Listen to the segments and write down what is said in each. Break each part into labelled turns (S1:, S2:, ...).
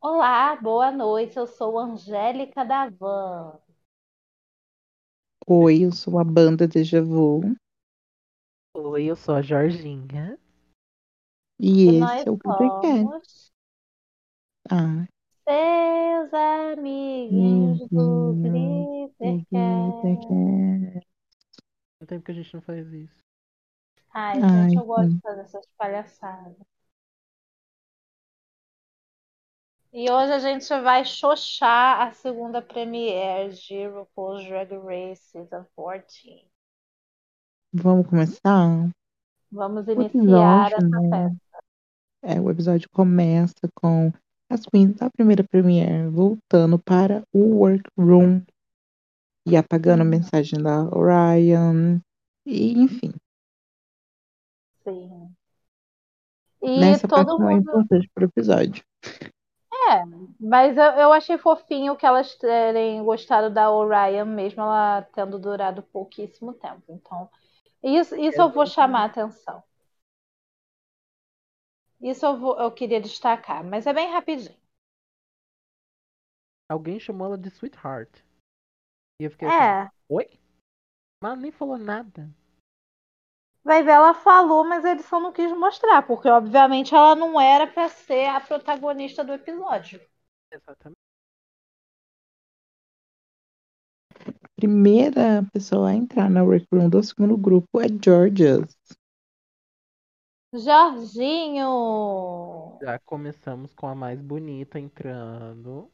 S1: Olá, boa noite. Eu sou Angélica Davan.
S2: Oi, eu sou a banda Deja Vu
S3: Oi, eu sou a Jorginha.
S1: E
S2: e
S1: nós
S2: esse é o podcast.
S1: somos
S2: Ah,
S1: seus amiguinhos do
S2: uhum,
S1: Glittercast.
S3: Tem tempo que a gente não faz isso.
S1: Ai, gente,
S2: Ai,
S1: eu gosto de
S2: sim.
S1: fazer essas palhaçadas. E hoje a gente vai xoxar a segunda premiere de RuPaul's Drag Race Season 14.
S2: Vamos começar?
S1: Vamos
S2: O
S1: iniciar
S2: episódio,
S1: essa
S2: né?
S1: festa.
S2: É, o episódio começa com as queens da primeira premiere voltando para o workroom e apagando a
S1: Uhum.
S2: mensagem da Orion. E, enfim,
S1: Sim. E
S2: nessa parte
S1: todo
S2: não é
S1: mundo.
S2: importante para o episódio.
S1: É, mas eu, eu achei fofinho que elas terem gostado da Orion, mesmo ela tendo durado pouquíssimo tempo. Então, isso, isso eu vou chamar a atenção. Isso eu vou, eu queria destacar, mas é bem rapidinho.
S3: Alguém chamou ela de Sweetheart. E eu fiquei assim,
S1: É,
S3: oi? Mas ela nem falou nada.
S1: vai ver, ela falou, mas a edição não quis mostrar, porque obviamente ela não era pra ser a protagonista do episódio.
S3: Exatamente.
S2: A primeira pessoa a entrar na workroom do segundo grupo é Georgia.
S1: Jorginho!
S3: Já começamos com a mais bonita entrando.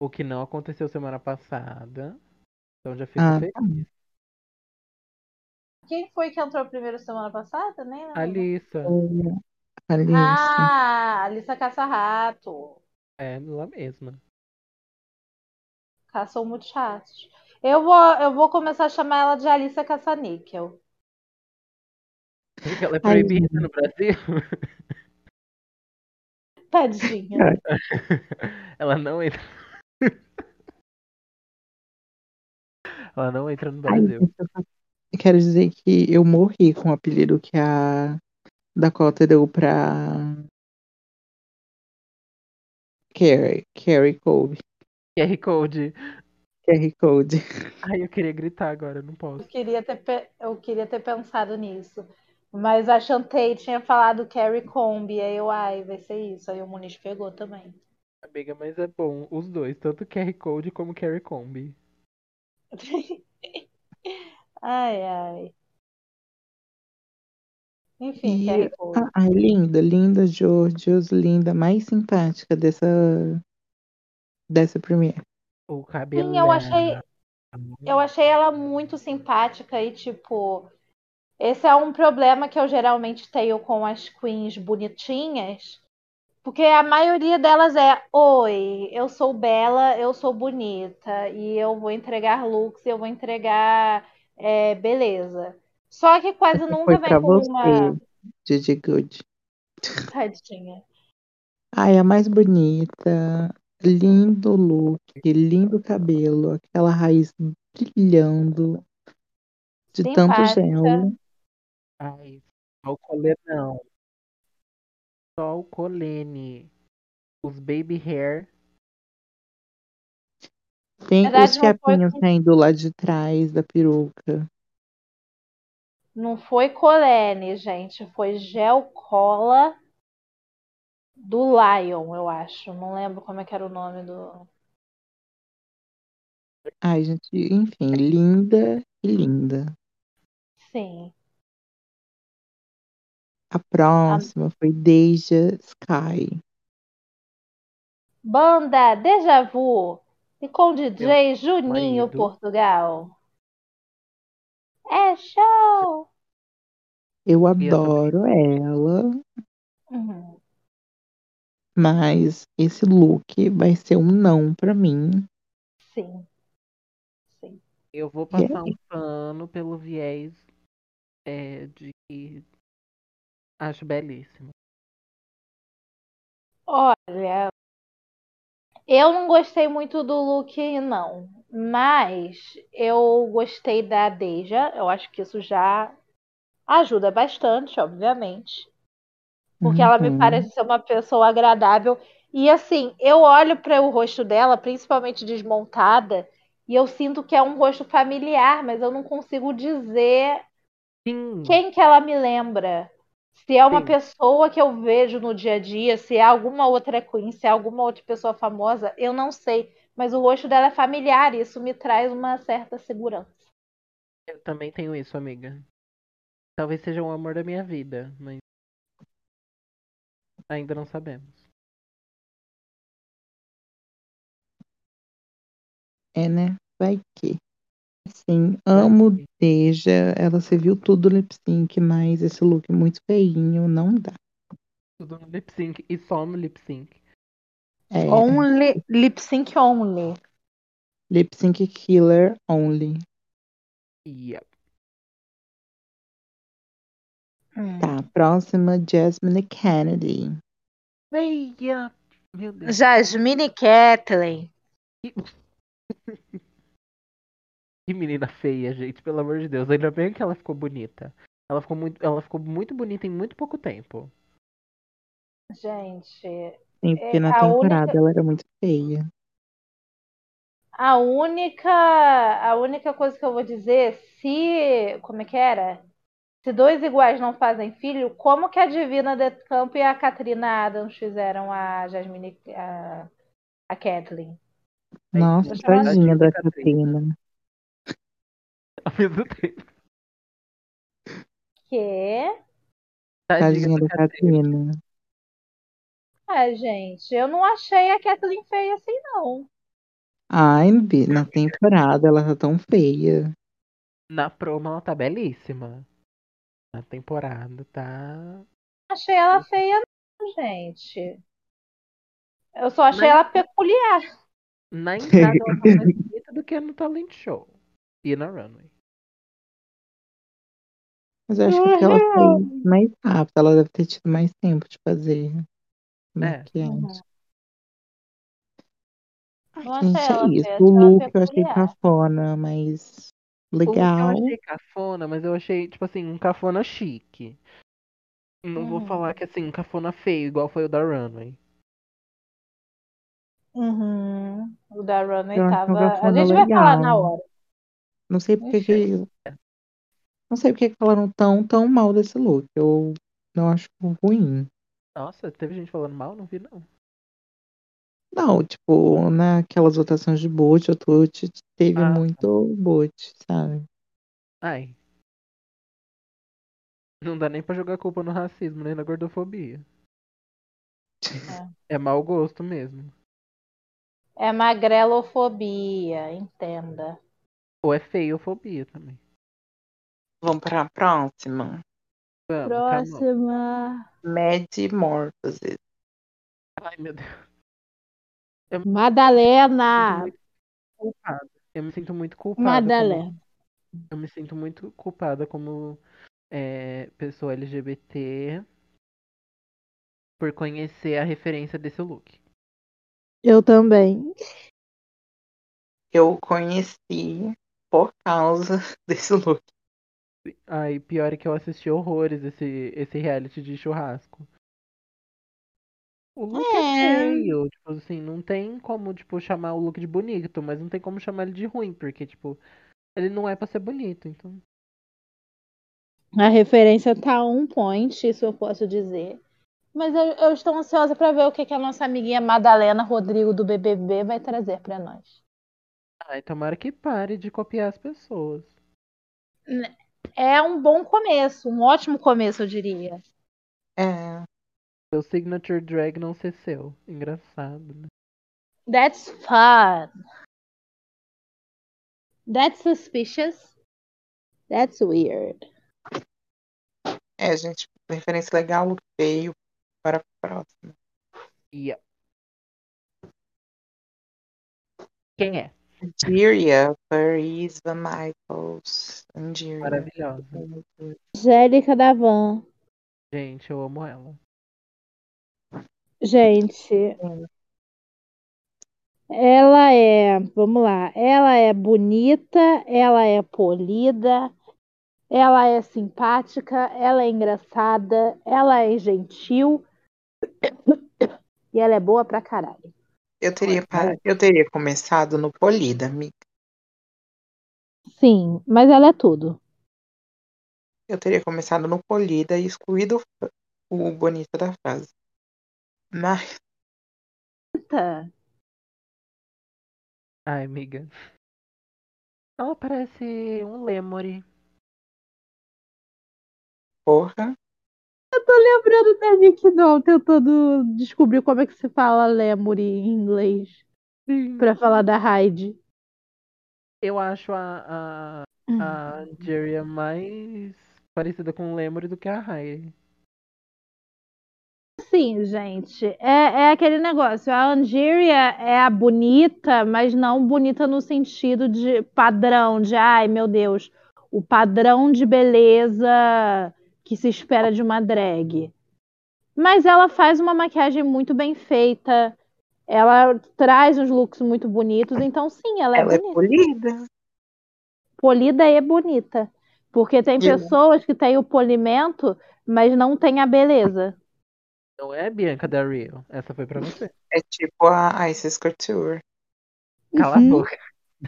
S3: O que não aconteceu semana passada. Então já fico
S2: Ah, tá.
S3: feliz.
S1: Quem foi que entrou primeiro semana passada? Nem lembro.
S3: Alissa.
S2: Olha, Alice.
S1: Ah, Alissa Caça-Rato.
S3: É, ela mesma.
S1: Tá, são muito chatos. Eu vou, eu vou começar a chamar ela de Alissa Caça-Níquel.
S3: Porque ela
S2: Ai,
S3: é proibida no Brasil.
S1: Tadinha.
S2: cara,
S3: Ela não entra. Ela não entra no
S2: ai,
S3: Brasil.
S2: gente, eu Eu Quero dizer que eu morri com o apelido que a Dakota deu pra Carrie, Carrie Code,
S3: QR Code.
S2: Carrie Code.
S3: Ai, eu queria gritar agora, eu não
S1: Eu
S3: posso.
S1: queria ter, pe- eu queria ter pensado nisso. Mas a Chantay tinha falado Carrie Combi. Aí eu, ai, vai ser isso. Aí o Muniz pegou também.
S3: Amiga, mas é bom, os dois, tanto QR Code como Carry Combi.
S1: Ai, ai. Enfim,
S2: E
S1: Carrie Combi.
S2: a ai, linda, linda Georgios, linda, mais simpática dessa dessa primeira.
S3: O
S1: Sim,
S3: cabelo
S1: eu achei, eu achei ela muito simpática e, tipo, esse é um problema que eu geralmente tenho com as queens bonitinhas. Porque a maioria delas é: Oi, eu sou bela, eu sou bonita, e eu vou entregar looks, eu vou entregar é, beleza. Só que quase
S2: Essa
S1: nunca
S2: foi
S1: vem
S2: pra
S1: com
S2: você,
S1: uma
S2: Gigi Good.
S1: tadinha.
S2: Ai, a mais bonita, lindo look, lindo cabelo, aquela raiz brilhando de tanto
S1: Simpática.
S2: gel.
S3: Ai, só o colê não. Só o colene. Os baby hair.
S1: Na
S2: Tem os
S1: verdade, não foi,
S2: fiapinhos saindo lá de trás da peruca.
S1: não foi colene, gente. Foi gel cola do Lion, eu acho. Não lembro como é que era o nome do.
S2: Ai, gente, enfim, linda e linda.
S1: Sim.
S2: A
S1: A
S2: próxima foi Deja Sky.
S1: banda Deja Vu e com
S3: Meu
S1: DJ Juninho
S3: marido.
S1: Portugal. É show!
S2: Eu
S3: Eu também.
S2: adoro ela,
S1: Uhum.
S2: mas esse look vai ser um não pra mim.
S1: Sim, sim.
S3: Eu vou
S2: E
S3: passar um pano pelo viés é, de que acho belíssimo.
S1: Olha, eu não gostei muito do look, não. Mas eu gostei da Deja. Eu acho que isso já ajuda bastante, obviamente. Porque ela me
S2: Uhum.
S1: parece ser uma pessoa agradável. E assim, eu olho para o rosto dela, principalmente desmontada, e eu sinto que é um rosto familiar, mas eu não consigo dizer
S3: Sim.
S1: quem que ela me lembra. Se é uma
S3: Sim.
S1: pessoa que eu vejo no dia a dia, se é alguma outra queen, se é alguma outra pessoa famosa, eu não sei. Mas o rosto dela é familiar e isso me traz uma certa segurança.
S3: Eu também tenho isso, amiga. Talvez seja o amor da minha vida, mas. Ainda não sabemos.
S2: É, né? Vai que. Assim, amo
S3: que.
S2: Deja. Ela se viu tudo lip sync, mas esse look é muito feinho, não dá.
S3: Tudo no lip sync e só no lip sync.
S2: É,
S1: Only, lip sync only.
S2: lip sync killer only.
S3: E
S1: Hum.
S2: Tá, próxima, Jasmine Kennedy.
S3: Veia! Meu Deus.
S1: Jasmine Kathleen.
S3: Que menina feia, gente, pelo amor de Deus. Ainda bem que ela ficou bonita. Ela ficou muito, ela ficou muito bonita em muito pouco tempo.
S1: Gente,
S2: Sim,
S1: É,
S2: porque na
S1: a única-
S2: temporada ela era muito feia.
S1: a única, a única coisa que eu vou dizer, se, como é que era? Se dois iguais não fazem filho, como que a Divina Campo e a Katrina Adams fizeram a Jasmine, a, a Kathleen?
S3: Ai, tá
S2: Nossa,
S1: gente, a
S2: tadinha da
S3: Jéssica
S2: Catrina.
S3: Ao mesmo tempo.
S1: Que?
S2: Tadinha da
S3: Tá Catrina.
S2: Catrina.
S1: Ah, gente, eu não achei a Kathleen feia assim, não.
S2: Ai, Bi, na temporada ela tá tão feia.
S3: Na promo ela tá belíssima. Na temporada tá.
S1: Achei ela feia, não, gente. Eu só achei
S3: Mas-
S1: ela peculiar.
S3: Na entrada ela tá mais bonita do que no talent show. E na runway.
S2: Mas eu acho que aquela
S3: Uhum.
S2: fez mais rápido. Ela deve ter tido mais tempo de fazer né,
S3: É.
S2: maquiagem.
S1: Não achei
S2: Gente, é
S1: ela
S2: isso.
S1: feia,
S2: O
S1: achei ela
S2: look eu achei
S1: peculiar.
S2: cafona, mas
S3: O look Eu
S2: legal.
S3: achei cafona, mas eu achei, tipo assim, um cafona chique. Não vou
S2: Hum.
S1: Uhum.
S3: falar que assim, um cafona feio, igual foi o da Runway.
S1: Uhum. O da Runway
S2: Eu acho
S1: tava.
S2: um
S1: A
S2: cafona
S1: gente vai falar na
S2: legal.
S1: hora.
S2: Não sei porque
S1: Achei.
S2: que. Não sei porque que falaram tão, tão mal desse look. Eu não acho ruim.
S3: Nossa, teve gente falando mal, não vi não.
S2: Não, tipo, naquelas votações de bote, o Tuti teve
S3: Ah.
S2: muito bote, sabe?
S3: Ai. Não dá nem pra jogar culpa no racismo, nem na gordofobia. É mau gosto mesmo.
S1: É magrelofobia, entenda.
S3: Ou é feiofobia também.
S2: Vamos para a próxima.
S3: Vamos, calma.
S1: Próxima.
S2: Metamorphoses.
S3: Ai, meu Deus.
S1: Madalena. Ah.
S3: Eu me sinto muito culpada. Eu me sinto muito
S1: Madalena.
S3: culpada. como- Eu me sinto muito culpada como é, pessoa LGBT por conhecer a referência desse look.
S1: Eu também.
S2: Eu conheci por causa desse look.
S3: Ai, pior é que eu assisti horrores esse, esse reality de churrasco. O look é
S1: É.
S3: feio, tipo assim, não tem como, tipo, chamar o look de bonito, mas não tem como chamar ele de ruim, porque, tipo, ele não é pra ser bonito, então.
S1: A referência tá on point, isso eu posso dizer. Mas eu, eu estou ansiosa para ver o que, que a nossa amiguinha Madalena Rodrigo do BBB vai trazer para nós.
S3: Ai, tomara que pare de copiar as pessoas.
S1: É um bom começo, um ótimo começo, eu diria.
S2: É.
S3: Seu signature drag não ser seu. Engraçado, né?
S1: That's fun. That's suspicious. That's weird.
S2: É, gente, referência legal, look feio. Para a próxima.
S3: Yeah. Quem é?
S2: Angeria, Paris Van Michaels. Angeria.
S3: Maravilhosa.
S1: Angélica Davan.
S3: Gente, eu amo ela.
S1: Gente, ela é. Vamos lá. Ela é bonita, ela é polida, ela é simpática, ela é engraçada, ela é gentil. E ela é boa pra caralho.
S2: Eu teria, par- eu teria começado no Polida, amiga.
S1: Sim, mas ela é tudo.
S2: Eu teria começado no Polida e excluído o f- o bonito da frase. Mas
S1: Eita.
S3: Ai, amiga. Ela parece um lemure.
S2: porra,
S1: Lembrando da Nick Doll tentando descobrir como é que se fala lemuri em inglês pra falar da Hyde.
S3: Eu acho a, a, a Jerry mais parecida com um lemure do que a Rai.
S1: Sim, gente. É, é aquele negócio. A Angeria é a bonita, mas não bonita no sentido de padrão, de ai meu Deus, o padrão de beleza que se espera de uma drag. Mas ela faz uma maquiagem muito bem feita. Ela traz uns looks muito bonitos. Então, sim, ela é
S2: ela é
S1: bonita.
S2: polida.
S1: polida e bonita. Porque tem
S2: E eu-
S1: pessoas que têm o polimento, mas não tem a beleza.
S3: Não é a Bianca da Rio. Essa foi pra você.
S2: É tipo a Isis Couture.
S3: Cala
S1: Uhum.
S3: a boca.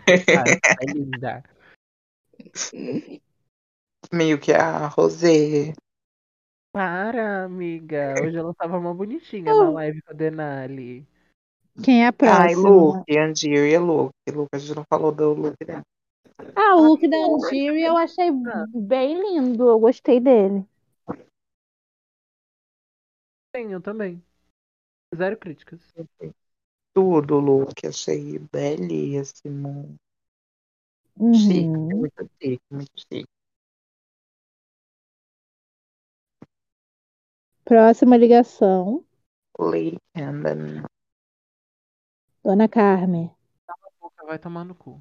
S3: Ai, é linda.
S2: Meio que a Rosé.
S3: Para, amiga. Hoje ela tava mó bonitinha na live com a Denali.
S1: Quem é a
S2: Ai, Luke, Andiria, Luke. Luke, a gente não falou do né? look dela.
S1: Ah, o look da Anjiri eu achei bem lindo. Eu gostei dele.
S3: Sim, eu também. Zero críticas.
S2: Tudo, Luke, achei belíssimo. Chique,
S1: Uhum.
S2: muito chique, muito chique.
S1: Próxima ligação,
S2: Lady Camden.
S1: Dona Carmen.
S3: Boca Vai tomar no cu.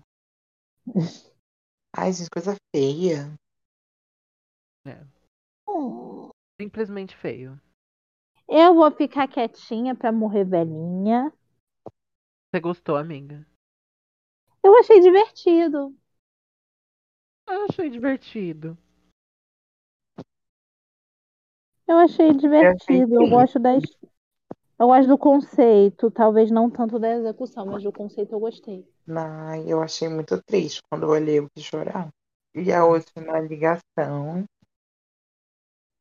S2: Ai, gente, coisa feia.
S3: Simplesmente feio.
S1: Eu vou ficar quietinha pra morrer velhinha.
S3: Você gostou, amiga?
S1: Eu achei divertido.
S3: Eu achei divertido.
S1: Eu achei divertido. Eu
S2: sim.
S1: gosto das. Eu gosto do conceito, talvez não tanto da execução, mas do conceito eu gostei.
S2: Ai, eu achei muito triste quando eu olhei o que chorar. E a última ligação.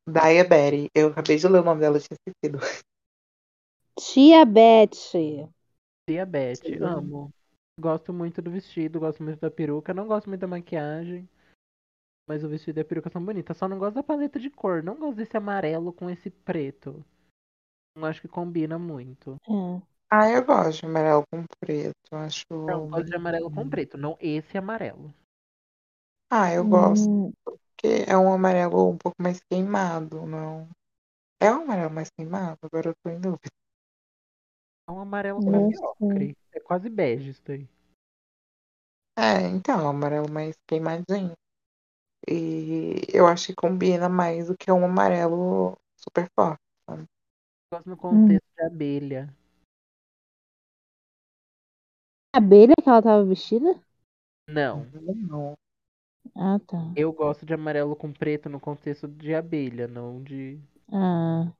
S2: Daya Berry. Eu acabei de ler o nome dela, eu tinha esquecido.
S1: Tia Beth.
S3: Diabetes,
S2: Sim.
S3: amo. Gosto muito do vestido, gosto muito da peruca, não gosto muito da maquiagem. Mas o vestido e a peruca são bonitas. Só não gosto da paleta de cor. Não gosto desse amarelo com esse preto. Não acho que combina muito.
S1: É.
S2: Ah, eu gosto de amarelo com preto. Acho.
S3: Não, gosto de amarelo com preto, não esse amarelo.
S2: Ah, eu gosto
S1: Hum,
S2: porque é um amarelo um pouco mais queimado, não. É um amarelo mais queimado? Agora eu tô em dúvida.
S3: É um amarelo
S1: Não
S3: quase
S1: sei.
S3: ocre. É quase bege isso daí.
S2: É, então, é um amarelo mais queimadinho. E eu acho que combina mais do que um amarelo super forte.
S3: Gosto no contexto de abelha.
S1: A abelha que ela tava vestida?
S3: Não.
S2: Não.
S1: Ah, tá.
S3: Eu gosto de amarelo com preto no contexto de abelha, não de
S1: Ah.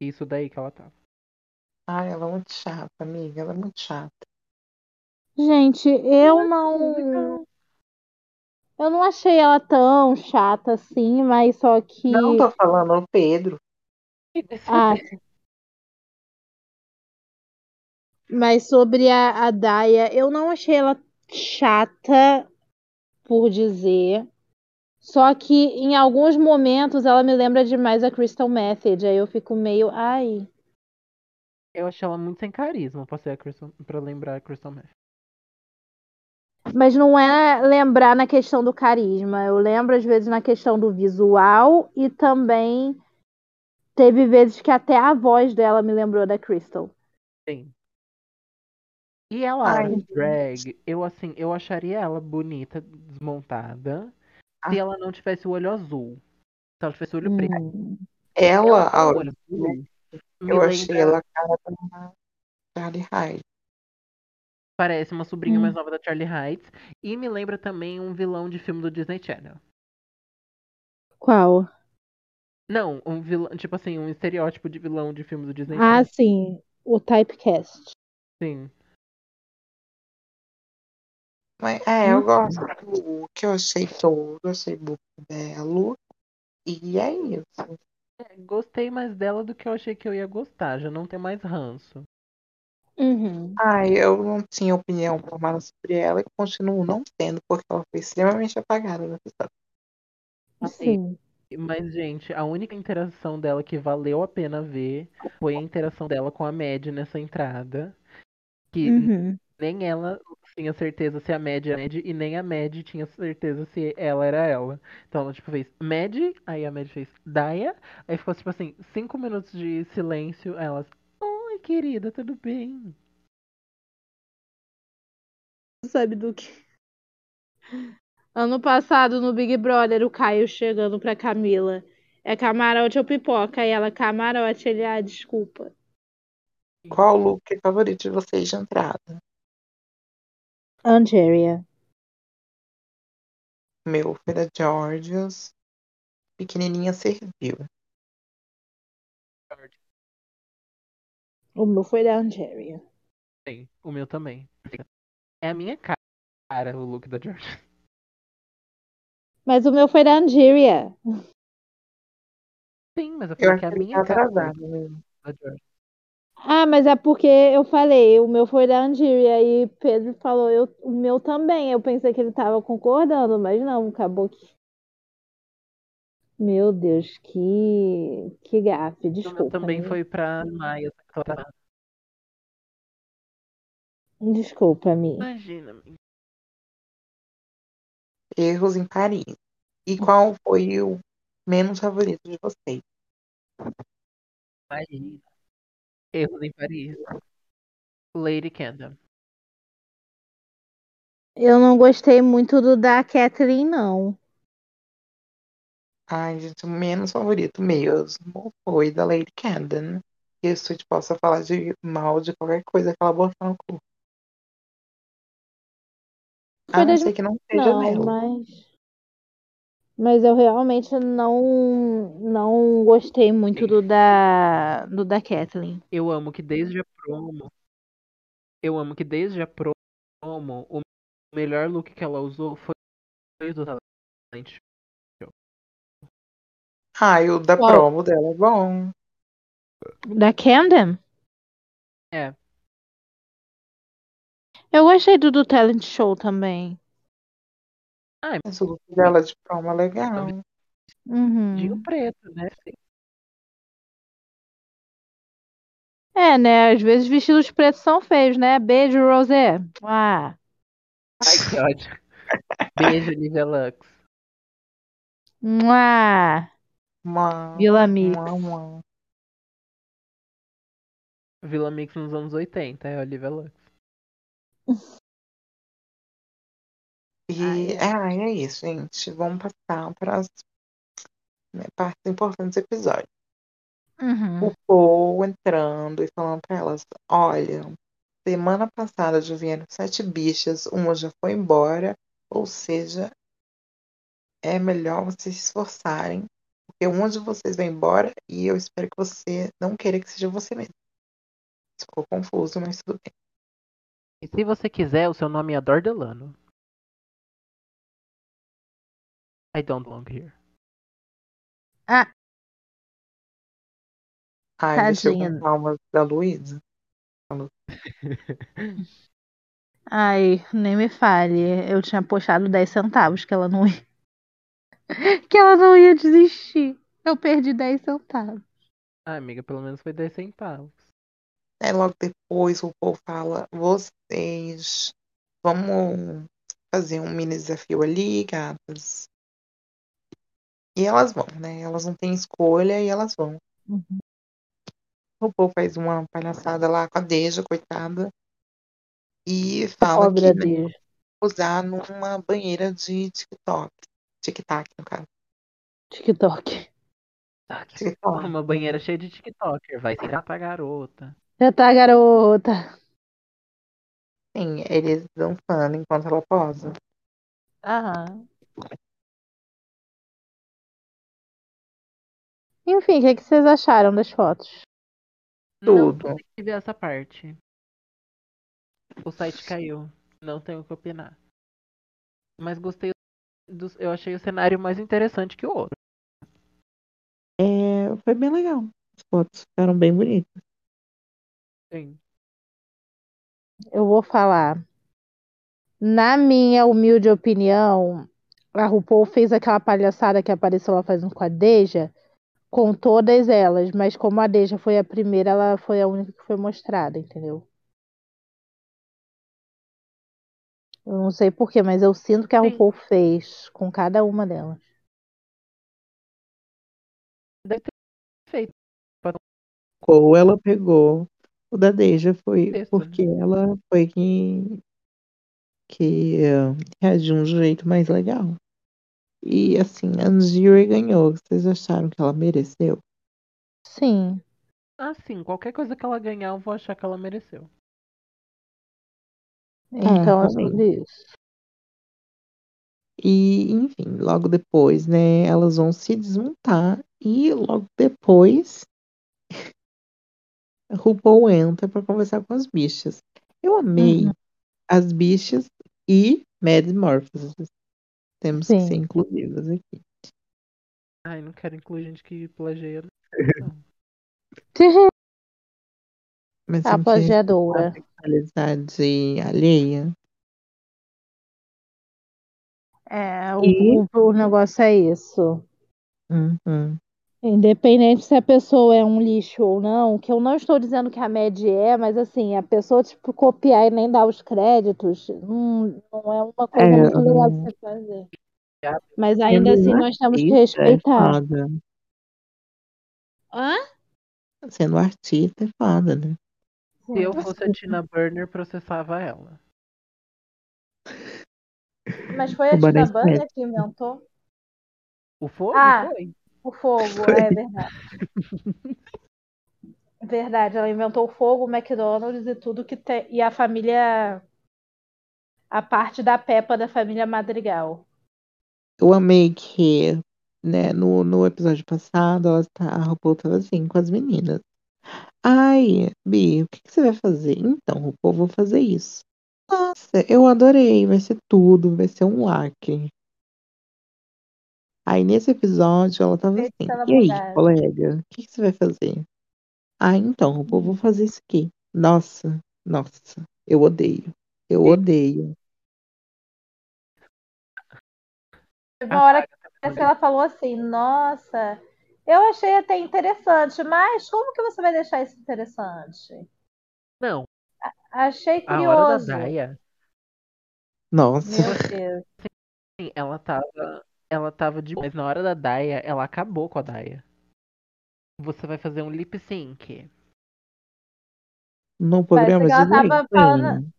S3: isso daí que ela tá. tava.
S2: Ai, ela é muito chata, amiga. Ela é muito chata.
S1: Gente, eu
S3: Hum.
S1: não. Eu não achei ela tão chata assim, mas só que.
S2: Não tô falando o Pedro.
S1: Ah, tá. mas sobre a, a Daya, eu não achei ela chata, por dizer. Só que em alguns momentos ela me lembra demais a Crystal Method. Aí eu fico meio. Ai.
S3: Eu achei ela muito sem carisma pra, ser a Crystal, pra lembrar a Crystal Meth.
S1: Mas não é lembrar na questão do carisma. Eu lembro, às vezes, na questão do visual e também teve vezes que até a voz dela me lembrou da Crystal.
S3: Sim. E ela
S2: Ai,
S3: era um drag, eu assim, eu acharia ela bonita, desmontada,
S2: Ah.
S3: se ela não tivesse o olho azul. Se ela tivesse o olho preto.
S1: Hum.
S2: Ela,
S3: Ela
S2: a-
S3: com o olho azul, me
S2: Ah, eu achei
S3: lembra-
S2: ela a cara da Charlie Hyde.
S3: Parece uma sobrinha
S1: Hum.
S3: mais nova da Charlie Heights. E me lembra também um vilão de filme do Disney Channel.
S1: Qual?
S3: Não, um vilão, tipo assim, um estereótipo de vilão de filmes do Disney.
S1: Ah, sim. O typecast.
S3: Sim.
S2: Mas, é,
S3: Uhum.
S2: eu gosto do Hulk, eu achei todo, eu achei muito belo. E é isso.
S3: É, Gostei mais dela do que eu achei que eu ia gostar. Já não tem mais ranço.
S1: Uhum.
S2: Ai, eu não tinha opinião formada sobre ela e continuo não tendo, porque ela foi extremamente apagada né? na episódio.
S1: Sim.
S3: Mas, gente, a única interação dela que valeu a pena ver foi a interação dela com a Mad nessa entrada. Que
S1: Uhum.
S3: nem ela tinha certeza se a Mad era a Mad e nem a Mad tinha certeza se ela era ela. Então ela, tipo, fez Mad, aí a Mad fez Daya, aí ficou, tipo assim, cinco minutos de silêncio, elas, Oi, querida, tudo bem?
S1: Sabe do que? Ano passado, no Big Brother, o Caio chegando pra Camila. É camarote ou pipoca? E ela, camarote, ele, ah, desculpa.
S2: Qual o look é favorito de vocês de entrada?
S1: Angeria.
S2: Meu foi da Georgios. Pequenininha serviu.
S1: O meu foi da Angeria.
S3: Bem, o meu também. É a minha ca- cara, o look da George.
S1: Mas o meu foi da Angeria.
S3: Sim, mas
S2: Eu
S3: eu falei que
S2: acho
S3: é
S2: que
S3: a
S2: ele tá
S3: minha assim. cara. o
S2: atrasado
S3: look
S2: mesmo.
S3: da George.
S1: Ah, mas é porque eu falei, o meu foi da Angeria. E Pedro falou, eu, o meu também. Eu pensei que ele tava concordando, mas não, acabou que. Meu Deus, que. Que gafe,
S3: O meu
S1: desculpa.
S3: também
S1: né?
S3: foi pra Maia. só que ela tá-
S1: Desculpa, amiga.
S3: Imagina, amiga.
S2: Erros em Paris.
S3: Hum.
S2: E qual foi o menos favorito de vocês?
S3: Imagina. Erros em Paris. Lady Kendall.
S1: Eu não gostei muito do da Catherine, não.
S2: Ai, gente, o menos favorito mesmo foi da Lady Camden. Isso, tipo, posso falar de mal de qualquer coisa que ela botar no cu. A
S1: Foi
S2: Ah, não
S1: das-
S2: ser que não seja
S1: Não,
S2: nela.
S1: mas. Mas eu realmente não não gostei muito do da do da Kathleen.
S3: Eu amo que desde a promo. Eu amo que desde a promo, o melhor look que ela usou foi o do Talent.
S2: Ai, o da
S1: Qual?
S2: promo dela é bom.
S1: Da Camden?
S3: É.
S1: Eu gostei do do talent show também.
S2: Mas É o look dela de promo é legal.
S1: Uhum.
S3: Dinho preto, né?
S1: É, né? Às vezes vestidos pretos são feios, né? Beijo, Rosé. Ah.
S3: Ai, que ódio. Beijo, Lívia Lux.
S1: Mua.
S2: Uma,
S1: Vila Mix.
S2: uma, uma.
S3: Vila Mix nos anos 80, é a Olivia Lux.
S2: E ai, é isso, gente. Vamos passar para as né, partes importantes do episódio.
S1: Uhum.
S2: O Paul entrando e falando para elas: Olha, semana passada já vieram sete bichas, uma já foi embora, ou seja, é melhor vocês se esforçarem, porque uma de vocês vai embora e eu espero que você não queira que seja você mesmo. Ficou confuso, mas tudo bem.
S3: E se você quiser, o seu nome é Dor Delano. I don't belong here.
S2: Ai, deixa eu
S1: Tadinha.
S2: contar uma da Luísa.
S1: Ai, nem me fale. Eu tinha postado 10 centavos que ela não ia. Que ela não ia desistir. Eu perdi 10 centavos.
S3: Ah, amiga, pelo menos foi 10 centavos.
S2: Aí É, logo depois o Paul fala, vocês vamos fazer um mini desafio ali, gatas. E elas vão, né? Elas não têm escolha e elas vão.
S1: Uhum.
S2: O Paul faz uma palhaçada lá com a Deja, coitada. E fala
S1: Obra
S2: que vai
S1: Deus.
S2: usar numa banheira de TikTok. Tic-tac, no caso.
S1: TikTok.
S3: Tá
S2: TikTok.
S3: Uma banheira cheia de TikToker, vai tirar pra garota.
S1: Já tá, garota.
S2: Sim, eles dançando enquanto ela posa.
S1: Aham. Enfim, o que, é que vocês acharam das fotos?
S3: Não
S2: Tudo.
S3: consegui ver essa parte. O site caiu. Não tenho o que opinar. Mas gostei dos. Eu achei o cenário mais interessante que o outro.
S2: É, foi bem legal. As fotos ficaram bem bonitas.
S3: Sim.
S1: Eu vou falar. Na minha humilde opinião, a RuPaul fez aquela palhaçada que apareceu lá fazendo com a Deja, com todas elas, mas como a Deja foi a primeira, ela foi a única que foi mostrada, entendeu? Eu não sei porquê, mas eu sinto que a
S3: Sim.
S1: RuPaul fez com cada uma delas.
S3: Deve ter feito.
S2: Ou ela pegou. O da Deja foi
S1: é
S3: Texto, né?
S2: porque ela foi quem que eh, reagiu de um jeito mais legal. E assim, a Angier ganhou. Vocês acharam que ela mereceu?
S1: Sim.
S3: Ah, sim. Qualquer coisa que ela ganhar, eu vou achar que ela mereceu.
S1: Então é
S2: também.
S1: sobre isso.
S2: E, enfim, logo depois, né, elas vão se desmontar e logo depois a RuPaul entra pra conversar com as bichas. Eu amei
S1: Uhum.
S2: as bichas e Mad Morphosis. Temos que
S1: Sim.
S2: ser inclusivas aqui.
S3: Ai, não quero incluir gente que plageia.
S2: Mas
S1: A
S2: temos que respeitar
S1: plagiadora.
S2: a sexualidade alheia.
S1: É, o,
S2: E-
S1: o- o negócio é isso.
S2: Uhum.
S1: Independente se a pessoa é um lixo ou não, que eu não estou dizendo que a média é, mas assim, a pessoa, tipo, copiar e nem dar os créditos, não, não é uma coisa
S2: É,
S1: muito legal de
S2: hum.
S1: você fazer.
S3: É,
S1: Mas ainda assim, nós temos que
S2: Isso é
S1: respeitar.
S2: fada.
S1: Hã?
S2: Sendo artista é fada, né?
S3: Se eu fosse a Tina Burner, processava ela.
S1: Mas foi a
S2: Roubar
S1: Tina
S2: esse
S1: Burner que inventou
S3: O fogo
S1: Ah.
S3: foi?
S1: o fogo, é verdade. Verdade, ela inventou o fogo, o McDonald's e tudo que tem. E a família. A parte da Peppa da família Madrigal.
S2: Eu amei que, né, no, no episódio passado, ela tá, a RuPaul tava assim com as meninas. Ai, Bi, o que, que você vai fazer? Então, RuPaul, vou fazer isso. Nossa, eu adorei, vai ser tudo, vai ser um lacre. Aí nesse episódio ela tava
S1: Fez
S2: assim,
S1: pela
S2: e aí,
S1: bondade."
S2: colega, o que, que você vai fazer? Ah, então, RuPaul, vou fazer isso aqui. Nossa, nossa, eu odeio, eu
S3: Sim.
S2: odeio.
S1: Teve
S3: Ah,
S1: uma
S3: tá.
S1: hora que parece que ela falou assim, nossa, eu achei até interessante, mas como que você vai deixar isso interessante?
S3: Não,
S1: Achei
S3: a hora
S1: curioso.
S3: da Daya,
S2: Nossa,
S1: Meu Deus.
S3: sim, ela tava. Ela tava de. Mas na hora da Daya, ela acabou com a Daya. Você vai fazer um lip sync
S2: no
S1: Parecia
S2: programa
S1: que ela
S2: de
S1: tava
S2: drag
S1: falando-
S2: queen.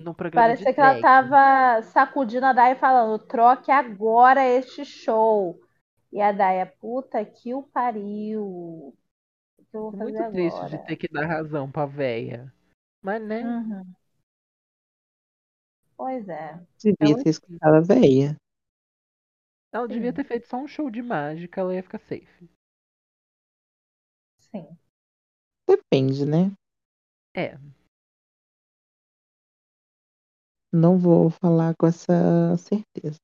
S3: no programa
S1: Parecia
S3: de
S1: que ela
S3: drag.
S1: tava sacudindo a Daya e falando, troque agora este show. E a Daya, puta que o pariu. O que eu vou fazer
S3: Muito triste
S1: agora?
S3: de ter que dar razão pra véia. Mas né,
S1: Uhum. Pois é.
S2: Devia
S3: Ela-
S2: ter escutado a véia.
S3: ela devia
S1: sim.
S3: ter feito só um show de mágica, ela ia ficar safe.
S1: Sim.
S2: Depende, né?
S3: É.
S2: Não vou falar com essa certeza.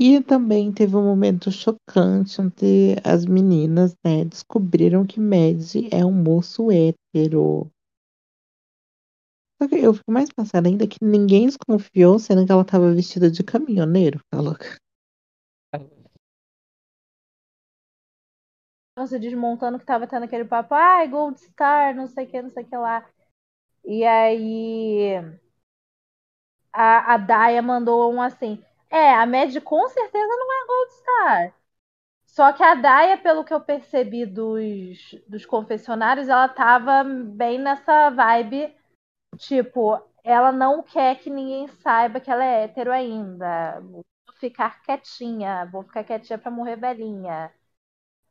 S2: E também teve um momento chocante onde as meninas, né, descobriram que Mad é um moço hétero. Só que eu fico mais passada ainda que ninguém desconfiou, sendo que ela estava vestida de caminhoneiro. Tá louca?
S1: se desmontando que tava tendo aquele papo, ai, Gold Star, não sei o que, não sei o que lá. E aí a, a Daya mandou um assim, é, a Mad com certeza não é Gold Star. Só que a Daya, pelo que eu percebi dos, dos confessionários, ela tava bem nessa vibe, tipo, ela não quer que ninguém saiba que ela é hétero ainda. Vou ficar quietinha, vou ficar quietinha pra morrer velhinha.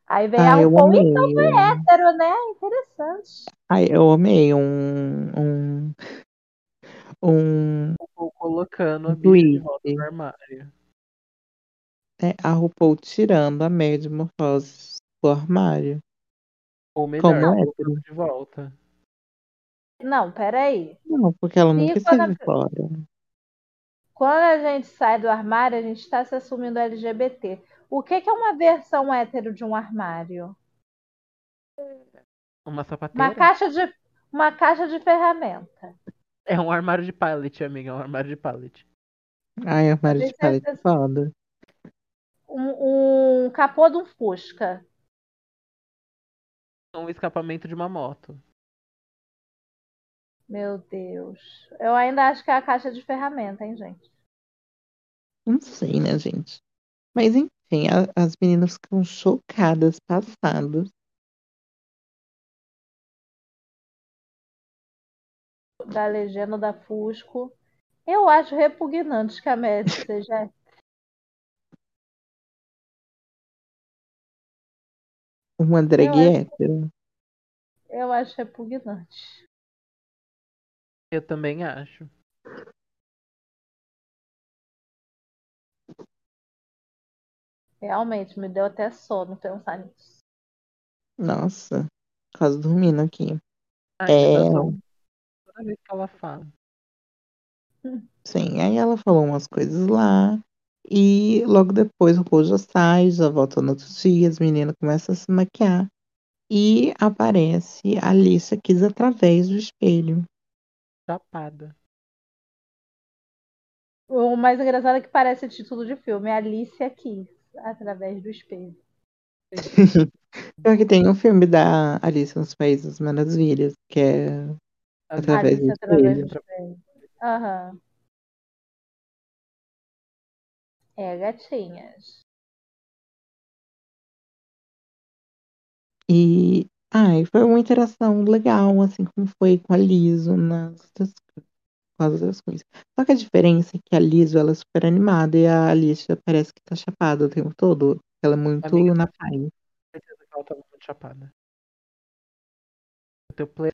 S1: Aí vem a
S2: Ah, eu
S1: RuPaul,
S2: amei.
S1: então
S2: um-
S1: hétero, né? Interessante.
S2: Ai, eu amei um. Um. Um.
S3: Ou colocando a bicha de
S2: Tweet.
S3: volta no armário.
S2: né, a RuPaul tirando a Mary de Morphosis do armário.
S3: Ou melhor,
S2: Como é?
S3: colocando de volta.
S1: Não, peraí.
S2: Não, porque ela nunca
S1: Fica na-
S2: esteve fora.
S1: Quando a gente sai do armário, a gente está se assumindo LGBT. O que, que é uma versão hétero de um armário?
S3: Uma sapateira?
S1: Uma caixa de, uma caixa de ferramenta.
S3: É um armário de pallet, amiga. É um armário de pallet.
S2: Ai, armário
S1: Mas esse
S2: de
S1: é o
S2: paleta
S1: que-
S2: foda.
S1: Um, um capô de um Fusca.
S3: É um escapamento de uma moto.
S1: Meu Deus. Eu ainda acho que é a caixa de ferramenta, hein, gente?
S2: Não sei, né, gente? Mas enfim, a- as meninas ficam chocadas, passadas.
S1: Da legenda da Fusco. Eu acho repugnante que a Mary seja.
S2: Uma drag
S1: acho-
S2: hétero.
S1: Eu acho repugnante.
S3: Eu também acho.
S1: Realmente, me deu até sono pensar nisso.
S2: Nossa, quase dormindo aqui.
S3: Ai,
S2: É.
S3: me dá dó. Toda vez que ela fala.
S2: Sim, aí ela falou umas coisas lá. E logo depois o povo já sai, já volta no outro dia, as meninas começam a se maquiar. E aparece a Alicia Keys através do espelho.
S3: Chapada.
S1: O mais engraçado é que parece título de filme. Alice aqui, através do espelho.
S2: Pior que tem um filme da Alice nos Países das Maravilhas, que é Através
S1: Alice
S2: do
S1: através do
S2: espelho.
S1: espelho. Aham. É, gatinhas.
S2: E ai, foi uma interação legal, assim como foi com a Liso nas outras, com as outras coisas. Só que a diferença é que a Liso ela é super animada e a Alicia parece que tá chapada o tempo todo. Ela é muito
S3: Amiga.
S2: na paz.
S3: certeza que ela tava muito chapada. Eu tenho plena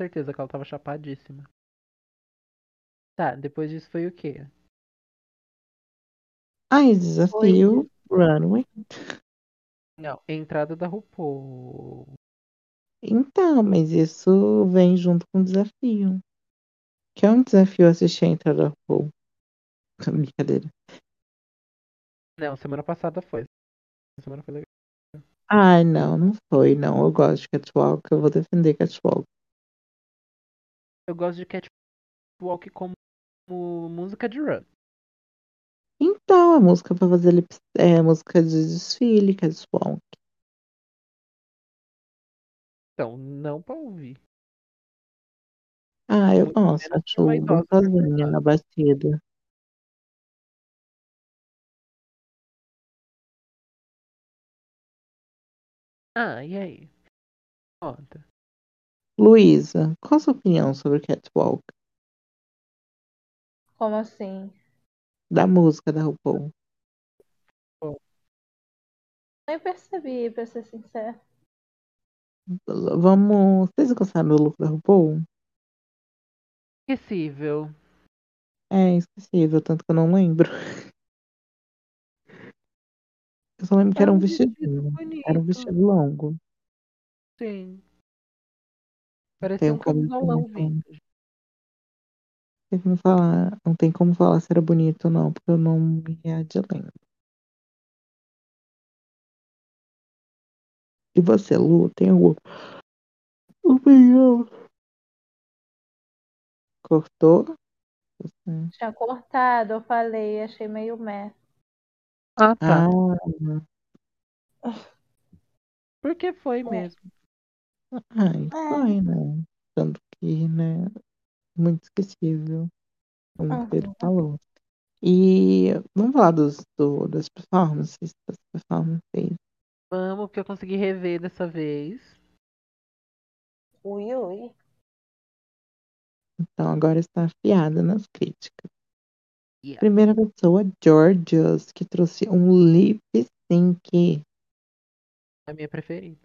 S3: certeza que ela tava chapadíssima. Tá, depois disso foi o quê?
S2: Ai, desafio, runway.
S3: Não, entrada da RuPaul.
S2: Então, mas isso vem junto com o desafio. Que é um desafio assistir a entrada da RuPaul. Brincadeira.
S3: Não, semana passada foi. Semana foi legal.
S2: Ai, não, não foi, não. Eu gosto de Catwalk, eu vou defender Catwalk.
S3: Eu gosto de Catwalk como como música de run.
S2: Então, a música pra fazer lip, é a música de desfile, é Catwalk.
S3: Então, não pra ouvir.
S2: Ah, eu
S3: Muito
S2: gosto,
S3: menos
S2: acho
S3: pra uma idosa, na
S2: gostosinha na batida.
S3: Ah, e aí? Conta.
S2: Luísa, qual a sua opinião sobre Catwalk?
S1: Como assim?
S2: Da música da RuPaul?
S1: Nem percebi, pra ser sincera.
S2: Vamos. Vocês gostaram do look da RuPaul?
S3: Esquecível.
S2: É esquecível, tanto que eu não lembro. Eu só lembro que
S3: É
S2: era um
S3: um vestido
S2: vestidinho.
S3: bonito.
S2: Era um vestido longo.
S3: Sim. Parece
S2: Tem
S3: um
S2: um comentário
S3: camisolão
S2: também.
S3: vintage.
S2: Tem como falar, não tem como falar se era bonito ou não, porque eu não me adianto. E você, Lu, tem alguma opinião? Cortou?
S1: Tinha cortado, eu falei, achei meio meh.
S3: Ah, tá.
S2: Ah,
S3: Por que foi mesmo?
S2: ai, foi, né? Tanto que, né? Muito esquecível. Como o Pedro
S1: Aham.
S2: falou. E vamos falar dos, do- das performances, das performances.
S3: Vamos, porque eu consegui rever dessa vez.
S1: Ui, ui.
S2: Então agora está afiada nas críticas.
S3: Yeah.
S2: Primeira pessoa, Georgios, que trouxe um lip sync.
S3: É A minha preferida.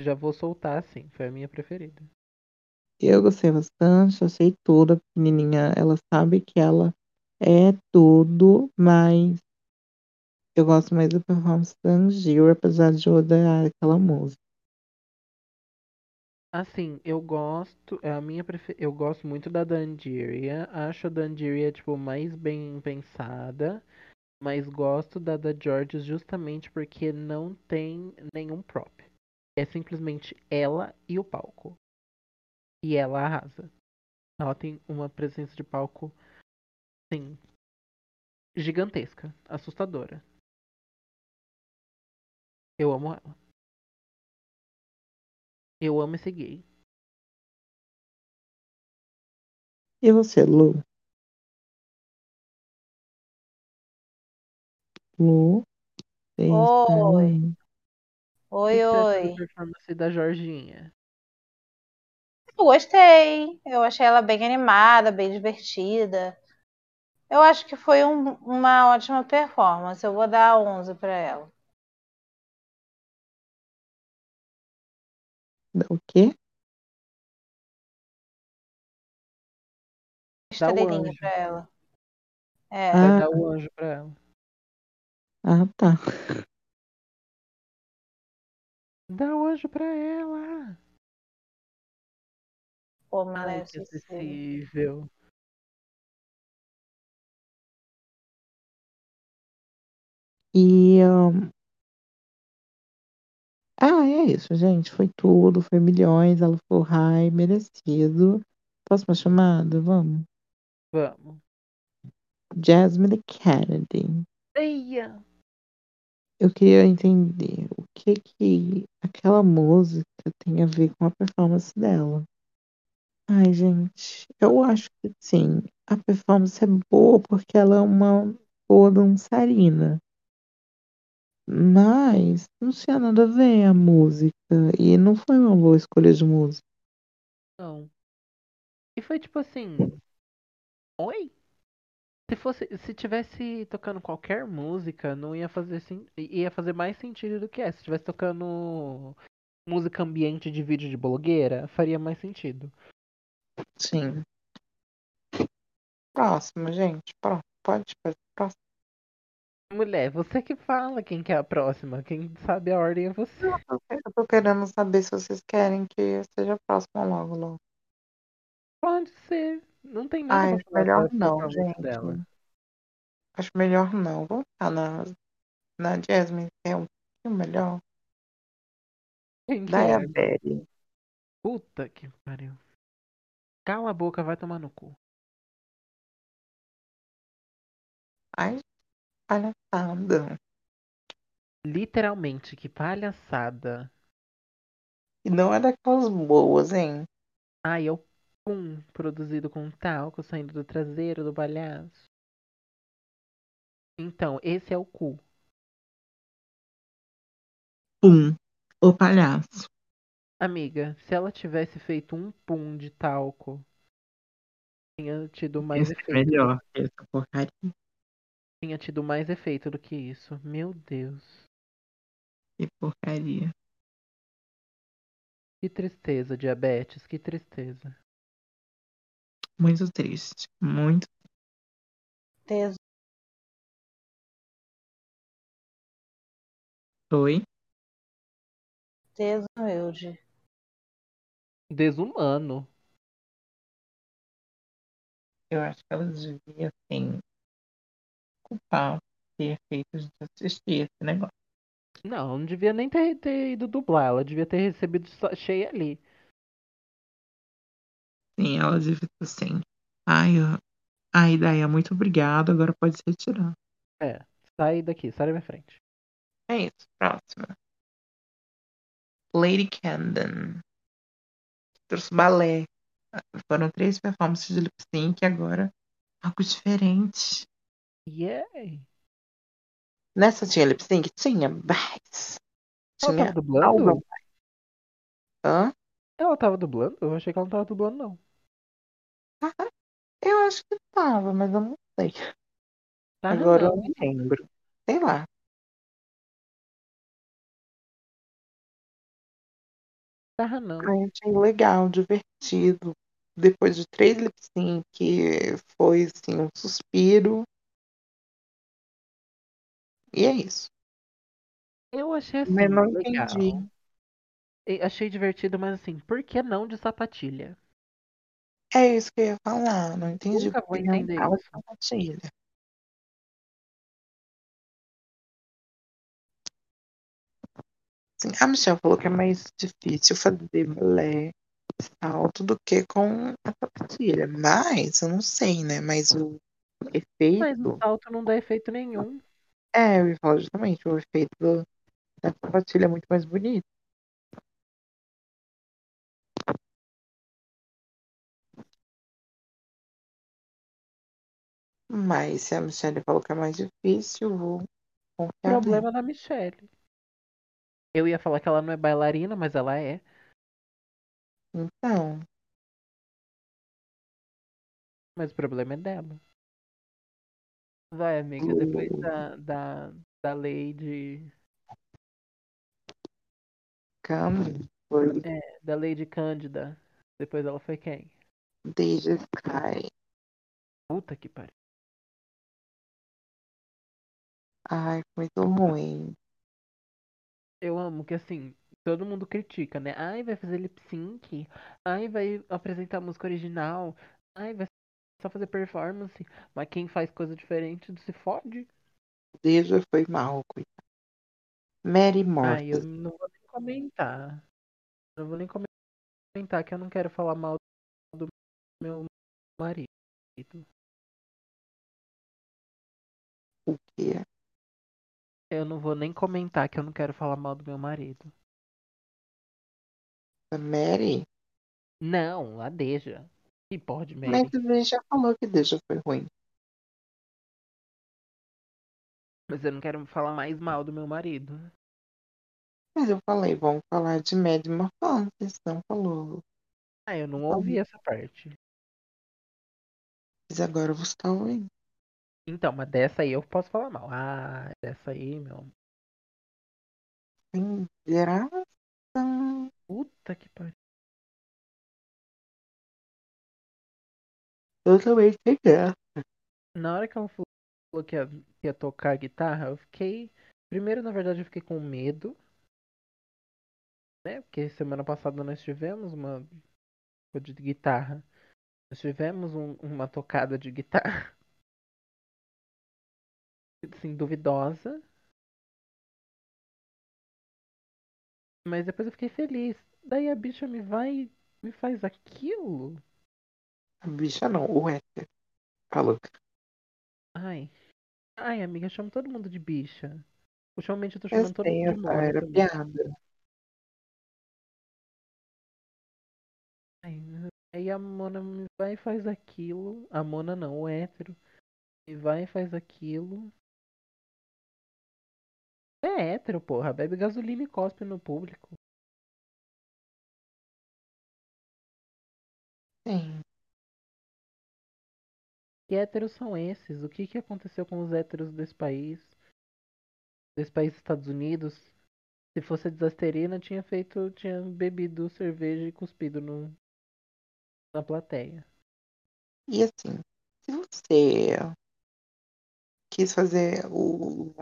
S3: Já vou soltar, assim. Foi a minha preferida.
S2: Eu gostei bastante, achei tudo. A menininha, ela sabe que ela é tudo, mas Eu gosto mais da performance da Angier, apesar de eu odiar aquela música.
S3: Assim, eu gosto, é a minha prefer... eu gosto muito da Dandiria, acho a Dandiria tipo mais bem pensada, mas gosto da da George justamente porque não tem nenhum prop. É simplesmente ela e o palco. E ela arrasa. Ela tem uma presença de palco sim gigantesca, assustadora. Eu amo ela. Eu amo esse gay.
S2: E você, Lu? Lu? você está
S1: Oi.
S2: aí?
S1: Oi,
S3: O que você achou da
S1: oi.
S3: performance da Jorginha?
S1: Eu gostei. Eu achei ela bem animada, bem divertida. Eu acho que foi um- uma ótima performance. Eu vou dar 11 pra ela.
S2: O quê?
S3: Dá o
S1: Estrelinha
S3: anjo.
S1: pra ela. É.
S3: Vai
S2: Ah,
S3: dar o anjo pra ela.
S2: ah, tá.
S3: Dá o anjo pra ela.
S1: Como ela
S3: Ai,
S1: é
S3: que
S1: acessível.
S3: acessível.
S2: E. ahn, Ah, é isso, gente. Foi tudo, foi milhões. Ela foi high, merecido. Próxima chamada, vamos.
S3: Vamos.
S2: Jasmine Kennedy.
S3: Eia!
S2: Eu queria entender o que que aquela música tem a ver com a performance dela. Ai, gente, eu acho que sim. A performance é boa porque ela é uma boa dançarina. Mas não tinha nada a ver a música. E não foi uma boa escolha de música.
S3: Não. E foi tipo assim. Oi? Se fosse, se tivesse tocando qualquer música, não ia fazer sim, i- ia fazer mais sentido do que essa. Se tivesse tocando música ambiente de vídeo de blogueira, faria mais sentido.
S2: Sim. Próximo, gente. Pró- Pode, pode, próximo.
S3: Mulher, você que fala quem que é a próxima, quem sabe a ordem é você.
S2: Eu tô querendo saber se vocês querem que eu seja próxima logo, logo.
S3: Pode ser. Não tem
S2: Ai,
S3: nada pra
S2: acho
S3: falar
S2: melhor
S3: da
S2: não,
S3: performance dela.
S2: gente. Acho melhor não. Vamos ficar na, na Jasmine, que é um pouquinho melhor.
S3: Quem que
S2: Daí
S3: é?
S2: a Belle.
S3: Puta que pariu. Cala a boca, vai tomar no cu.
S2: Ai, palhaçada.
S3: Literalmente, que palhaçada.
S2: E não é daquelas boas, hein?
S3: Ai, é o pum produzido com talco saindo do traseiro do palhaço. Então, esse é o cu.
S2: Pum. O palhaço.
S3: Amiga, se ela tivesse feito um pum de talco, tinha tido mais
S2: Esse é
S3: efeito.
S2: melhor que essa porcaria.
S3: Tinha tido mais efeito do que isso. Meu Deus.
S2: Que porcaria.
S3: Que tristeza, diabetes, que tristeza.
S2: Muito triste. Muito.
S1: Teso-
S2: Oi.
S1: teso humilde.
S3: Desumano.
S2: Eu acho que ela devia, assim, culpar ter feito de assistir esse negócio.
S3: Não, não devia nem ter, ter ido dublar. Ela devia ter recebido só- cheia ali.
S2: Sim, ela devia ter assim. Ai, eu... Ai, Daia, muito obrigada. Agora pode se retirar.
S3: É, sai daqui, sai da minha frente.
S2: É isso. Próxima. Lady Camden. Trouxe balé. Foram três performances de lip sync e agora algo diferente.
S3: Yay!
S2: Nessa tinha lip sync? Tinha mais.
S3: Ela tava
S2: Tinha algo.
S3: dublando?
S2: Hã?
S3: Ela tava dublando? Eu achei que ela não tava dublando, não.
S2: Eu acho que tava, mas eu não sei.
S3: Tava
S2: Agora eu
S3: não.
S2: Ah, não lembro. Sei lá.
S3: Tava não.
S2: Aí achei é legal, divertido. Depois de três lip sync, foi assim, um suspiro. E é isso.
S3: Eu achei assim,
S2: Mas não
S3: legal.
S2: entendi.
S3: E Achei divertido, mas assim, por que não de sapatilha?
S2: É isso que eu ia falar. Não entendi
S3: Nunca vou
S2: porque não
S3: entender
S2: tava
S3: isso.
S2: sapatilha. Assim, a Michelle falou que é mais difícil fazer balé salto do que com a sapatilha. Mas, eu não sei, né? Mas o
S3: Mas o
S2: efeito.
S3: salto não dá efeito nenhum.
S2: É, eu ia falar justamente, o efeito do- da sapatilha é muito mais bonito. Mas se a Michelle falou que é mais difícil, eu vou confiar nela.
S3: Problema da Michelle. Eu ia falar que ela não é bailarina, mas ela é.
S2: Então,
S3: Mas o problema é dela. Vai, amiga, depois da, da, da lei de.
S2: Cami foi
S3: Da lei de Cândida. Depois ela foi quem?
S2: desde Sky.
S3: Puta que pariu.
S2: Ai, foi muito ruim.
S3: Eu amo que assim, todo mundo critica, né? Ai, vai fazer lip sync. Ai, vai apresentar música original. Ai, vai só fazer performance. Mas quem faz coisa diferente se fode.
S2: Deja foi mal, coitada. Mary morta.
S3: Ai, eu não vou nem comentar. Não vou nem comentar que eu não quero falar mal do meu marido.
S2: O quê?
S3: Eu não vou nem comentar que eu não quero falar mal do meu marido.
S2: A Mary?
S3: Não, ladeja. Que pode,
S2: Mas
S3: Mary.
S2: você já falou que Deja foi ruim.
S3: Mas eu não quero falar mais mal do meu marido.
S2: Mas eu falei, vamos falar de Mad Morphan, vocês não falou.
S3: Ah, eu não ouvi essa parte.
S2: Mas agora eu vou estar ouvindo.
S3: Então, mas dessa aí eu posso falar mal. Ah, dessa aí, meu. amor.
S2: Sem graça.
S3: Puta que pariu.
S2: Totalmente sem graça.
S3: Na hora que ela falou falou que ia, que ia tocar guitarra, eu fiquei. Primeiro, na verdade, eu fiquei com medo. Né? Porque semana passada nós tivemos uma. de guitarra. Nós tivemos um- uma tocada de guitarra. Assim, duvidosa. Mas depois eu fiquei feliz. Daí a bicha me vai. e me faz aquilo?
S2: A bicha não, o Héctor. Falou.
S3: Ai. Ai, amiga, eu chamo todo mundo de bicha. Ultimamente eu tô
S2: Assim, Eu
S3: chamando todo
S2: sei,
S3: mundo
S2: essa
S3: de Mona
S2: era
S3: também.
S2: piada.
S3: Ai, Aí a Mona me vai e faz aquilo. A Mona não, o hétero. Me vai e faz aquilo. É hétero, porra. Bebe gasolina e cospe no público.
S2: Sim.
S3: Que héteros são esses? O que, que aconteceu com os héteros desse país? Desse país dos Estados Unidos? Se fosse a desasterina, tinha feito. Tinha bebido cerveja e cuspido no, na plateia.
S2: E assim, se você quis fazer o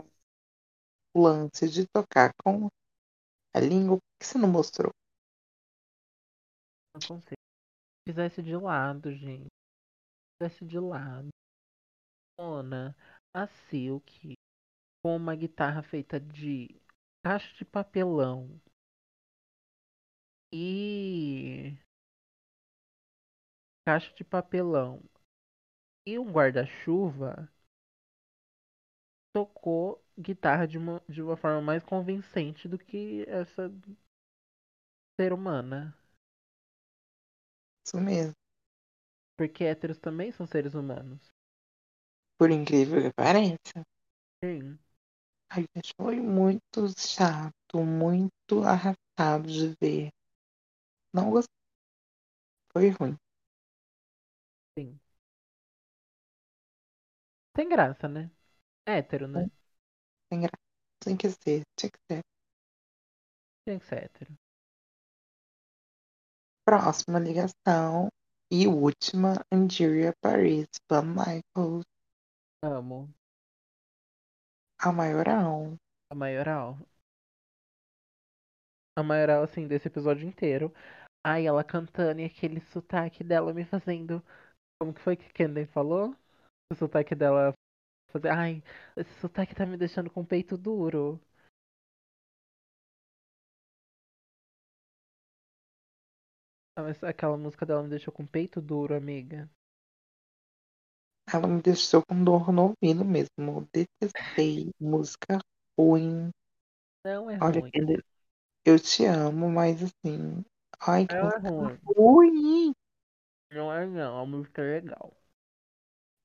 S2: o lance de tocar com a língua, por que você não mostrou?
S3: Não consigo. Fizesse de lado, gente. Fizesse de lado. Mona, a Silk, com uma guitarra feita de caixa de papelão e. Caixa de papelão e um guarda-chuva, tocou guitarra de uma, de uma forma mais convincente do que essa ser humana.
S2: Isso mesmo.
S3: Porque héteros também são seres humanos.
S2: Por incrível que pareça.
S3: Sim.
S2: Ai, mas foi muito chato, muito arrastado de ver. Não gostei. Foi ruim.
S3: Sem graça, né? Hétero, né?
S2: Tinha que ser, tinha que ser.
S3: Tem que ser hétero.
S2: Próxima ligação e última, Angeria Paris, Van Michaels.
S3: Amo.
S2: A um. maioral.
S3: A maioral. A maioral, assim, desse episódio inteiro. Aí ela cantando e aquele sotaque dela me fazendo. Como que foi que Kenden falou? O sotaque dela fazer. Ai, esse sotaque tá me deixando com o peito duro. Ah, mas aquela música dela me deixou com o peito duro, amiga.
S2: Ela me deixou com dor no ouvido mesmo. Eu detestei. Música ruim.
S3: Não é
S2: Olha,
S3: ruim.
S2: Kender, eu te amo, mas assim. Ai, que
S3: Não é
S2: música
S3: ruim.
S2: ruim!
S3: Não é não. A música é legal.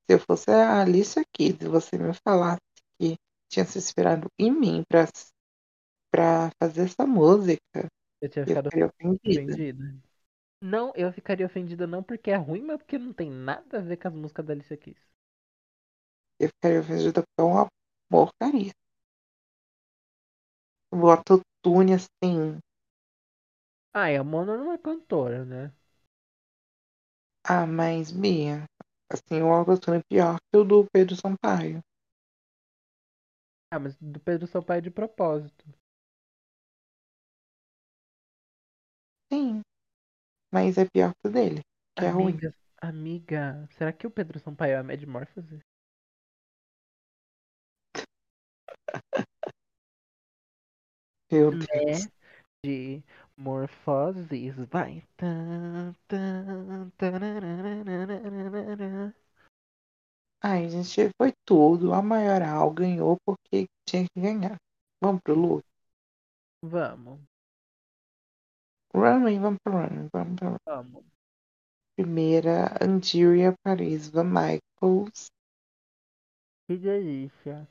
S2: Se eu fosse a Alicia Keys, e você me falasse que tinha se inspirado em mim pra, pra fazer essa música,
S3: Eu tinha
S2: eu
S3: ficado
S2: ficaria ofendida.
S3: ofendida. Não, eu ficaria ofendida não porque é ruim, mas porque não tem nada a ver com as músicas da Alicia Keys.
S2: Eu ficaria ofendida porque é uma porcaria. O autotune, assim.
S3: Ah, e a Mona não é cantora, né?
S2: Ah, mas Bia, assim, o autotune é pior que o do Pedro Sampaio.
S3: Ah, mas do Pedro Sampaio é de propósito.
S2: Sim, mas é pior que o dele, que é ruim.
S3: Amiga, amiga, será que o Pedro Sampaio é a Mad Morphosis?
S2: Meu Deus.
S3: Né? De Morfoses, vai. Tan, tan, tararararararara.
S2: Ai, gente, foi tudo. A maioral ganhou porque tinha que ganhar. Vamos pro Lu?
S3: Vamos,
S2: Runway, vamos pro Runway, vamos pro Runway.
S3: vamos.
S2: Primeira, Andiria Paris Van Michaels.
S3: Que delícia.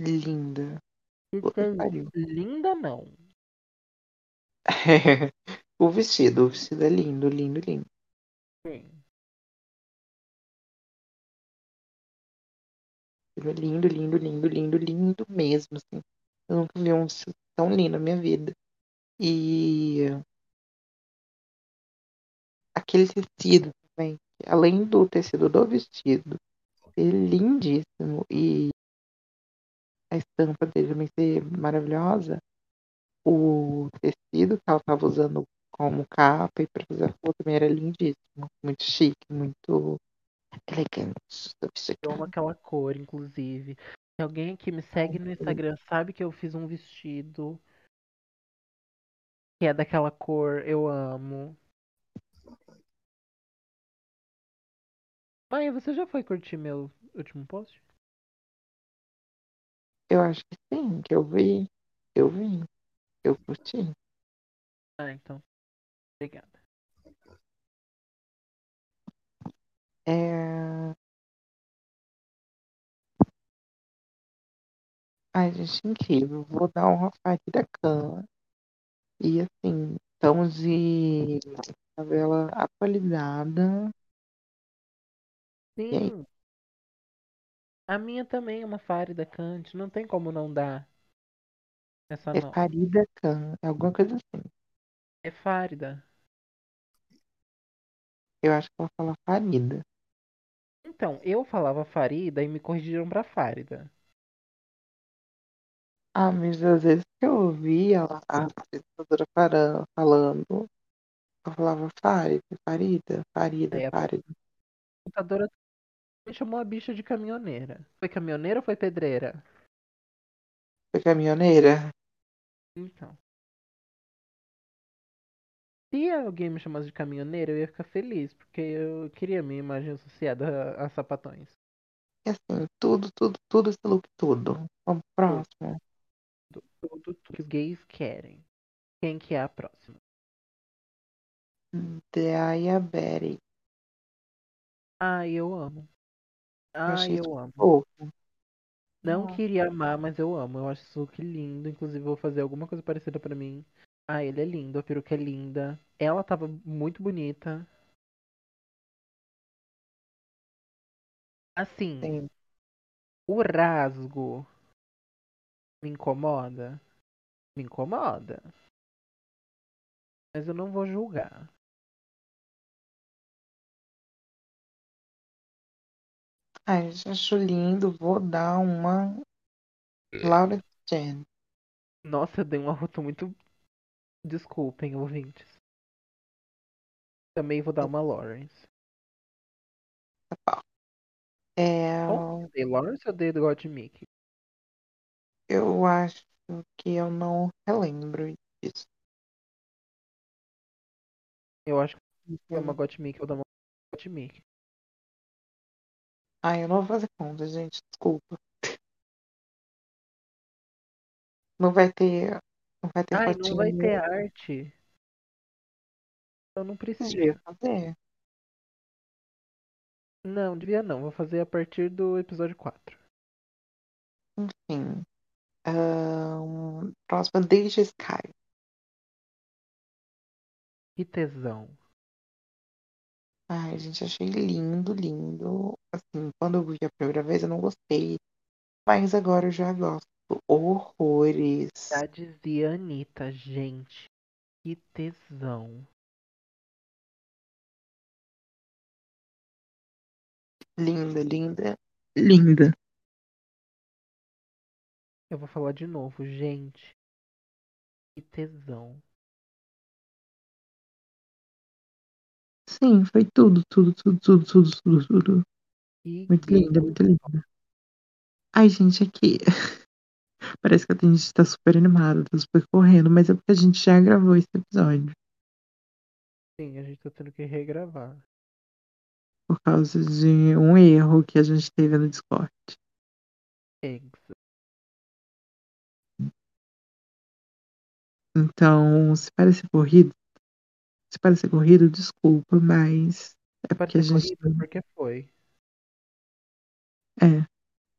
S2: Linda.
S3: Que
S2: Puta que pariu.
S3: delícia. Linda não.
S2: O vestido, o vestido é lindo, lindo, lindo.
S3: Sim.
S2: Ele é Lindo, lindo, lindo, lindo, lindo mesmo, assim. Eu nunca vi um vestido tão lindo na minha vida. E aquele tecido também, que além do tecido do vestido, ser lindíssimo e a estampa dele também ser maravilhosa, o tecido que ela estava usando como capa e para fazer a foto também era lindíssimo, muito chique, muito elegante,
S3: Eu amo
S2: sofisticado.
S3: aquela cor, inclusive. Se alguém aqui me segue no Instagram sabe que eu fiz um vestido que é daquela cor, eu amo. Maia, você já foi curtir meu último post?
S2: Eu acho que sim, que eu vi, eu vi, eu curti.
S3: Ah, então. Obrigada.
S2: É... Ai, gente, incrível. Vou dar uma da cama. E assim, estamos de novela atualizada. E aí?
S3: Sim, a minha também é uma Farida Kant. Não tem como não dar essa
S2: É
S3: Ah, não.
S2: Farida Khan, é alguma coisa assim.
S3: É Farida.
S2: Eu acho que ela fala Farida.
S3: Então, eu falava Farida e me corrigiram pra Farida.
S2: Ah, mas às vezes que eu ouvi ela, a apresentadora faran- falando, eu falava Farida, Farida, Farida,
S3: Aí a
S2: Farida.
S3: computadora me chamou a bicha de caminhoneira. Foi caminhoneira ou foi pedreira?
S2: Foi é caminhoneira?
S3: Então. Se alguém me chamasse de caminhoneira, eu ia ficar feliz, porque eu queria minha imagem associada a, a sapatões.
S2: E assim, tudo, tudo, tudo, esse look, tudo. Vamos pro
S3: Tudo.
S2: próximo.
S3: Tudo que os gays querem. Quem que é a próxima?
S2: Daya Berry.
S3: Ai, eu amo. Ai,
S2: achei
S3: eu amo.
S2: Pô,
S3: Não
S2: Nossa.
S3: queria amar, mas eu amo. Eu acho isso que lindo. Inclusive, vou fazer alguma coisa parecida pra mim. Ah, ele é lindo, a peruca é linda. Ela tava muito bonita. Assim,
S2: sim.
S3: o rasgo me incomoda. Me incomoda. Mas eu não vou julgar.
S2: Ai, gente, acho lindo. Vou dar uma
S3: É.
S2: Laura Jen.
S3: Nossa, eu dei um arroto muito. Desculpem, ouvintes. Também vou dar uma Lawrence.
S2: É,
S3: Qual que eu dei Lawrence ou eu dei God Mickey?
S2: eu acho que eu não relembro disso.
S3: Eu acho que é
S2: Hum.
S3: uma God Mickey ou dou uma God Mickey.
S2: Ah, eu não vou fazer conta, gente. Desculpa. Não vai ter. Não vai ter
S3: Ai,
S2: fotinho.
S3: não vai ter arte. Eu não preciso.
S2: Podia fazer.
S3: Não, devia não. Vou fazer a partir do episódio 4.
S2: Enfim. Ahn, próxima, Deja Sky.
S3: Que tesão.
S2: Ai, gente, achei lindo, lindo. Assim, quando eu vi a primeira vez, eu não gostei. Mas agora eu já gosto. Horrores.
S3: Já dizia a Anitta, gente. Que tesão.
S2: Linda, linda, linda.
S3: Eu vou falar de novo, gente. Que tesão.
S2: Sim, foi tudo, tudo, tudo, tudo, tudo, tudo, tudo.
S3: Que
S2: Muito linda,
S3: gay.
S2: muito linda. Ai, gente, aqui. Parece que a gente tá super animada, tá super correndo, mas é porque a gente já gravou esse episódio.
S3: Sim, a gente tá tendo que regravar.
S2: Por causa de um erro que a gente teve no Discord.
S3: Exa.
S2: Então, se parecer corrido, se parecer corrido, desculpa, mas é
S3: Pode
S2: porque a
S3: ser
S2: gente.
S3: corrida, porque foi.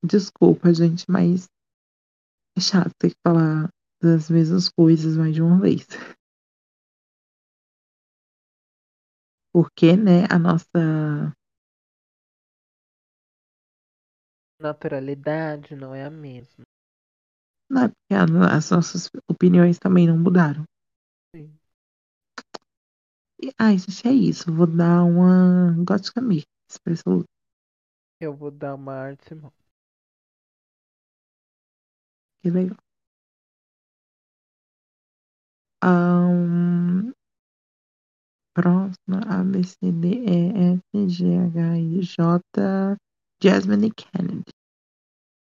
S2: Desculpa, gente, mas é chato ter que falar das mesmas coisas mais de uma vez. Porque, né, a nossa.
S3: Naturalidade não é a mesma.
S2: Não é porque a- as nossas opiniões também não mudaram.
S3: Sim.
S2: E, ai, gente, é isso. Eu Vou dar uma gótica mix pra essa luta.
S3: Eu vou dar uma arte Simão.
S2: Que legal. Ahn, próxima, A, B, C, D, E, F, G, H, I, J, Jasmine Kennedy.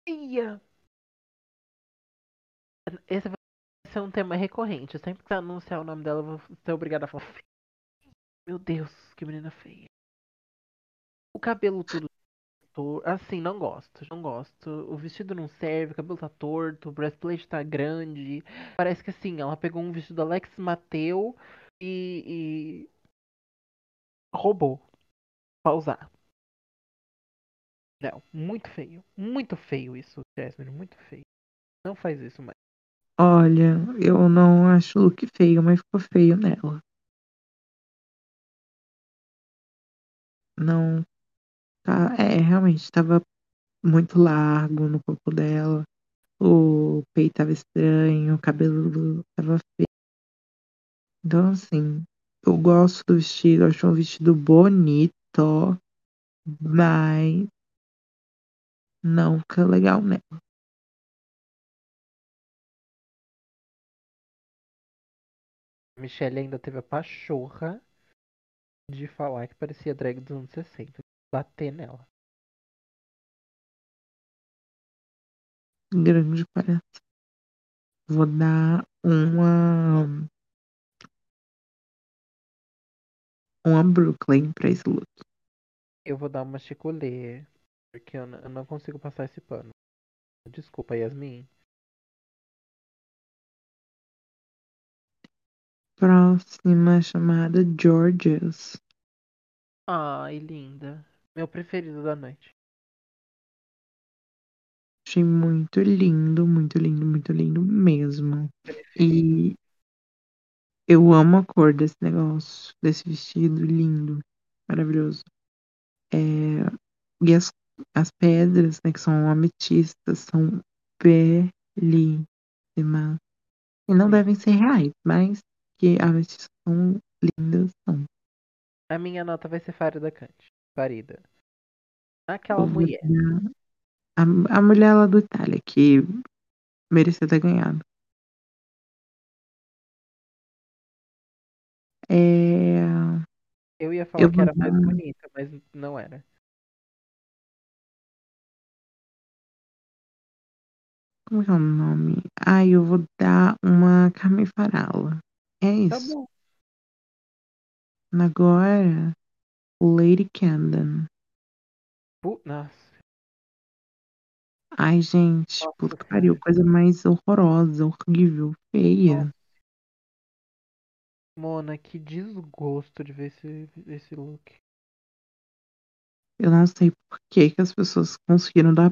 S3: Ia. Esse vai ser um tema recorrente. Sempre que você anunciar o nome dela, eu vou ser obrigada a falar. "Feia". Meu Deus, que menina feia. O cabelo tudo torto. Assim, não gosto. Não gosto. O vestido não serve, o cabelo tá torto, o breastplate tá grande. Parece que assim, ela pegou um vestido do Alex Mateu e. e... roubou. Pra usar. Não, muito feio. Muito feio isso, Jasmine. Muito feio. Não faz isso mais.
S2: Olha, eu não acho o look feio, mas ficou feio nela. Não. Tá, é, realmente, tava muito largo no corpo dela. O peito tava estranho, o cabelo tava feio. Então, assim, eu gosto do vestido, eu acho um vestido bonito, mas não fica legal nela.
S3: A Michelle ainda teve a pachorra de falar que parecia drag dos anos 60. Bater nela.
S2: Grande palhaço. Vou dar uma. Uma Brooklyn pra esse look.
S3: Eu vou dar uma chicolê. Porque eu, n- eu não consigo passar esse pano. Desculpa, Yasmin.
S2: Próxima chamada Georges.
S3: Ai, linda. Meu preferido da noite.
S2: Achei muito lindo, muito lindo, muito lindo mesmo. E eu amo a cor desse negócio, desse vestido lindo, maravilhoso. É, e as, as pedras, né, que são ametistas, são belíssimas. E não devem ser reais, mas que ametistas são lindas, são.
S3: A minha nota vai ser farida cante. Farida.
S2: Eu
S3: Aquela
S2: vou
S3: mulher.
S2: dar- A, a mulher lá do Itália, que Merecia ter ganhado. É...
S3: Eu ia falar
S2: Eu
S3: que era
S2: vou-
S3: mais bonita, mas não era.
S2: Como que é o nome? Ai, eu vou dar uma Carmen Farala. É
S3: Tá
S2: isso.
S3: bom.
S2: Agora, Lady Camden.
S3: Pu- Nossa.
S2: Ai, gente,
S3: Nossa
S2: puta que
S3: Senhora.
S2: pariu, coisa mais horrorosa, horrível, feia.
S3: Mona, que desgosto de ver esse, esse look.
S2: Eu não sei por que que as pessoas conseguiram dar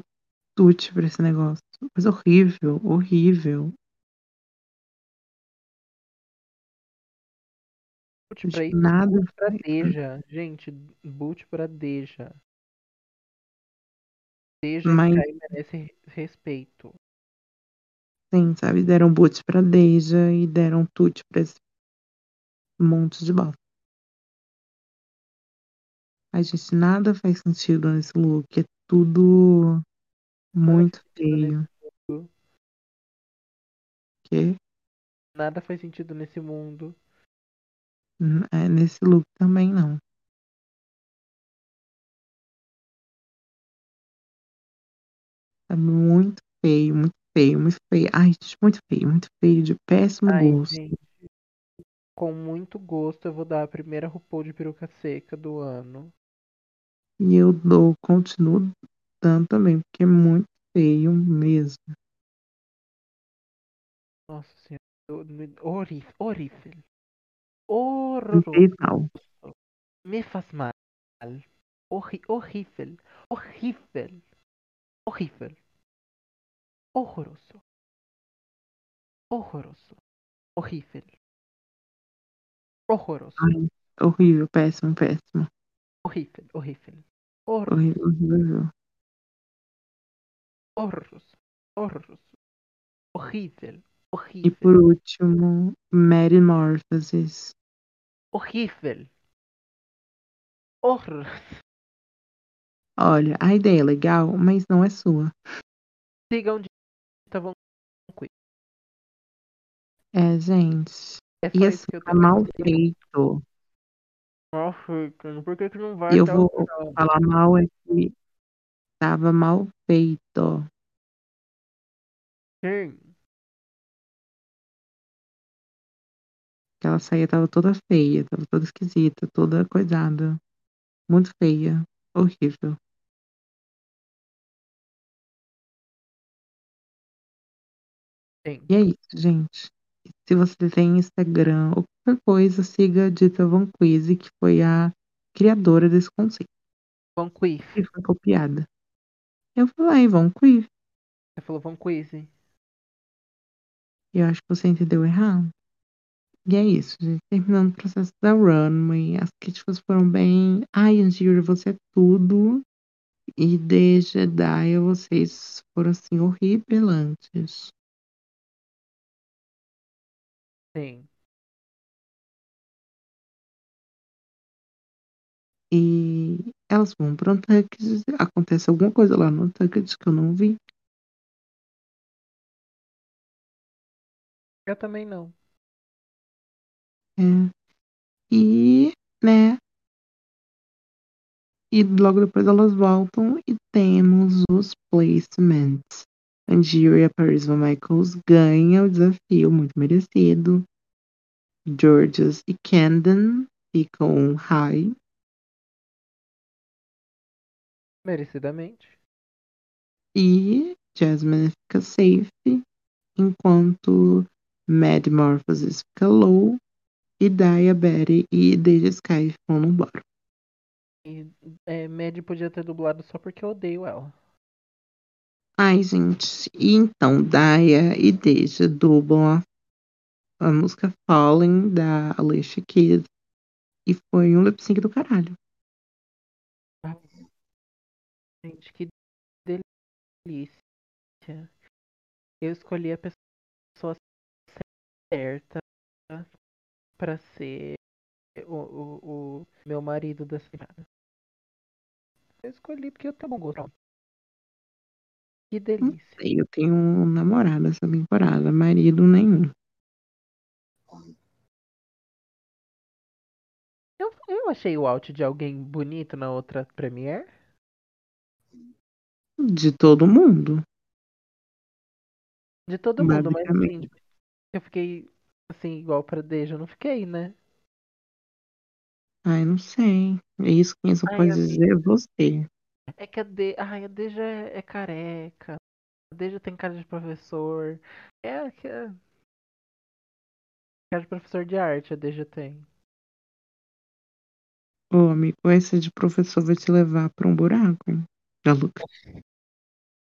S2: tute pra esse negócio. Coisa horrível, horrível.
S3: Boot pra
S2: Tipo,
S3: isso,
S2: nada.
S3: boot pra Deja. Gente, boot pra Deja. Deja
S2: Mas-
S3: e Kai merece re- respeito.
S2: Sim, sabe? Deram boot pra Deja e deram tute pra esse monte de bosta. A gente nada faz sentido nesse look. É tudo muito
S3: faz sentido nesse
S2: feio.
S3: mundo.
S2: Que
S3: Nada faz sentido nesse mundo.
S2: hum, é, nesse look também não. Tá muito feio, muito feio, muito feio. Ai, gente, muito feio, muito feio, de péssimo
S3: Ai,
S2: gosto.
S3: gente. Com muito gosto, eu vou dar a primeira RuPaul de peruca seca do ano.
S2: E eu dou, continuo dando também, porque é muito feio mesmo.
S3: Nossa senhora. Eu- me- Horrível. Horrível.
S2: Não
S3: Horroroso.
S2: sei não.
S3: Me faz mal. Horri horrível. Horrível. Horrível. Horroroso. Horroroso. Horrível. Horroroso.
S2: Ai, horrível, péssimo, péssimo.
S3: Horrível. Horrível. Horror,
S2: Horrível, horrível.
S3: horroroso. Horroroso. Horrível.
S2: E
S3: Horrível.
S2: por último, Metamorphosis.
S3: Horrível. Horror.
S2: Olha, a ideia é legal, mas não é sua.
S3: Siga onde estavam.
S2: É, gente.
S3: É só
S2: E
S3: isso
S2: assim,
S3: que eu
S2: tá
S3: tenho
S2: mal
S3: pra dizer.
S2: feito.
S3: Mal feito. Por que, que não vai
S2: E eu
S3: até
S2: vou
S3: o final?
S2: falar mal é que tava mal feito.
S3: Sim.
S2: Aquela saia tava toda feia, tava toda esquisita, toda coisada. Muito feia. Horrível.
S3: Sim.
S2: E é isso, gente. Se você tem Instagram ou qualquer coisa, siga a Dita Von Quise, que foi a criadora desse conceito,
S3: Von Quiff.
S2: que foi copiada. Eu falei, Von Quise.
S3: Você falou Von Quiz.
S2: E eu acho que você entendeu errado. E é isso, gente. Terminando o processo da Runway. As críticas foram bem. Ai, Angira, você é tudo. E de Jedi, vocês foram assim horripilantes.
S3: Sim.
S2: E elas vão pra Antucket. Acontece alguma coisa lá no Antucket que eu não vi.
S3: Eu também não.
S2: É. E, né? E logo depois elas voltam e temos os placements. Angeria Parisva Michaels ganha o desafio, muito merecido. Georges e Camden ficam high.
S3: Merecidamente.
S2: E Jasmine fica safe, enquanto Mad Morphosis fica low. E Daya, Betty e Deja Sky ficam no bottom.
S3: E é, Mad podia ter dublado só porque eu odeio ela.
S2: Ai, gente, e então Daya e Deja dublam a, a música Fallen da Alicia Keys e foi um lip sync do caralho.
S3: Gente, que delícia. Eu escolhi a pessoa certa pra ser o, o- o meu marido dessa semana. Eu escolhi porque eu tenho bom gosto. Que delícia.
S2: Sei, Eu tenho um namorado essa temporada, marido nenhum.
S3: Eu, eu achei o out de alguém bonito na outra Premiere.
S2: De todo mundo.
S3: De todo mundo, mas assim,
S2: Basicamente.
S3: eu fiquei assim, igual pra Deja, eu não fiquei, né?
S2: Ai, não sei. É isso que isso
S3: Ai,
S2: pode
S3: amiga.
S2: dizer é você.
S3: É que a De... Ai, a Deja é, é careca. A Deja tem cara de professor. É que é... Cara de professor de arte, a Deja tem.
S2: Ô, amigo, essa de professor vai te levar pra um buraco. hein? Da Lu-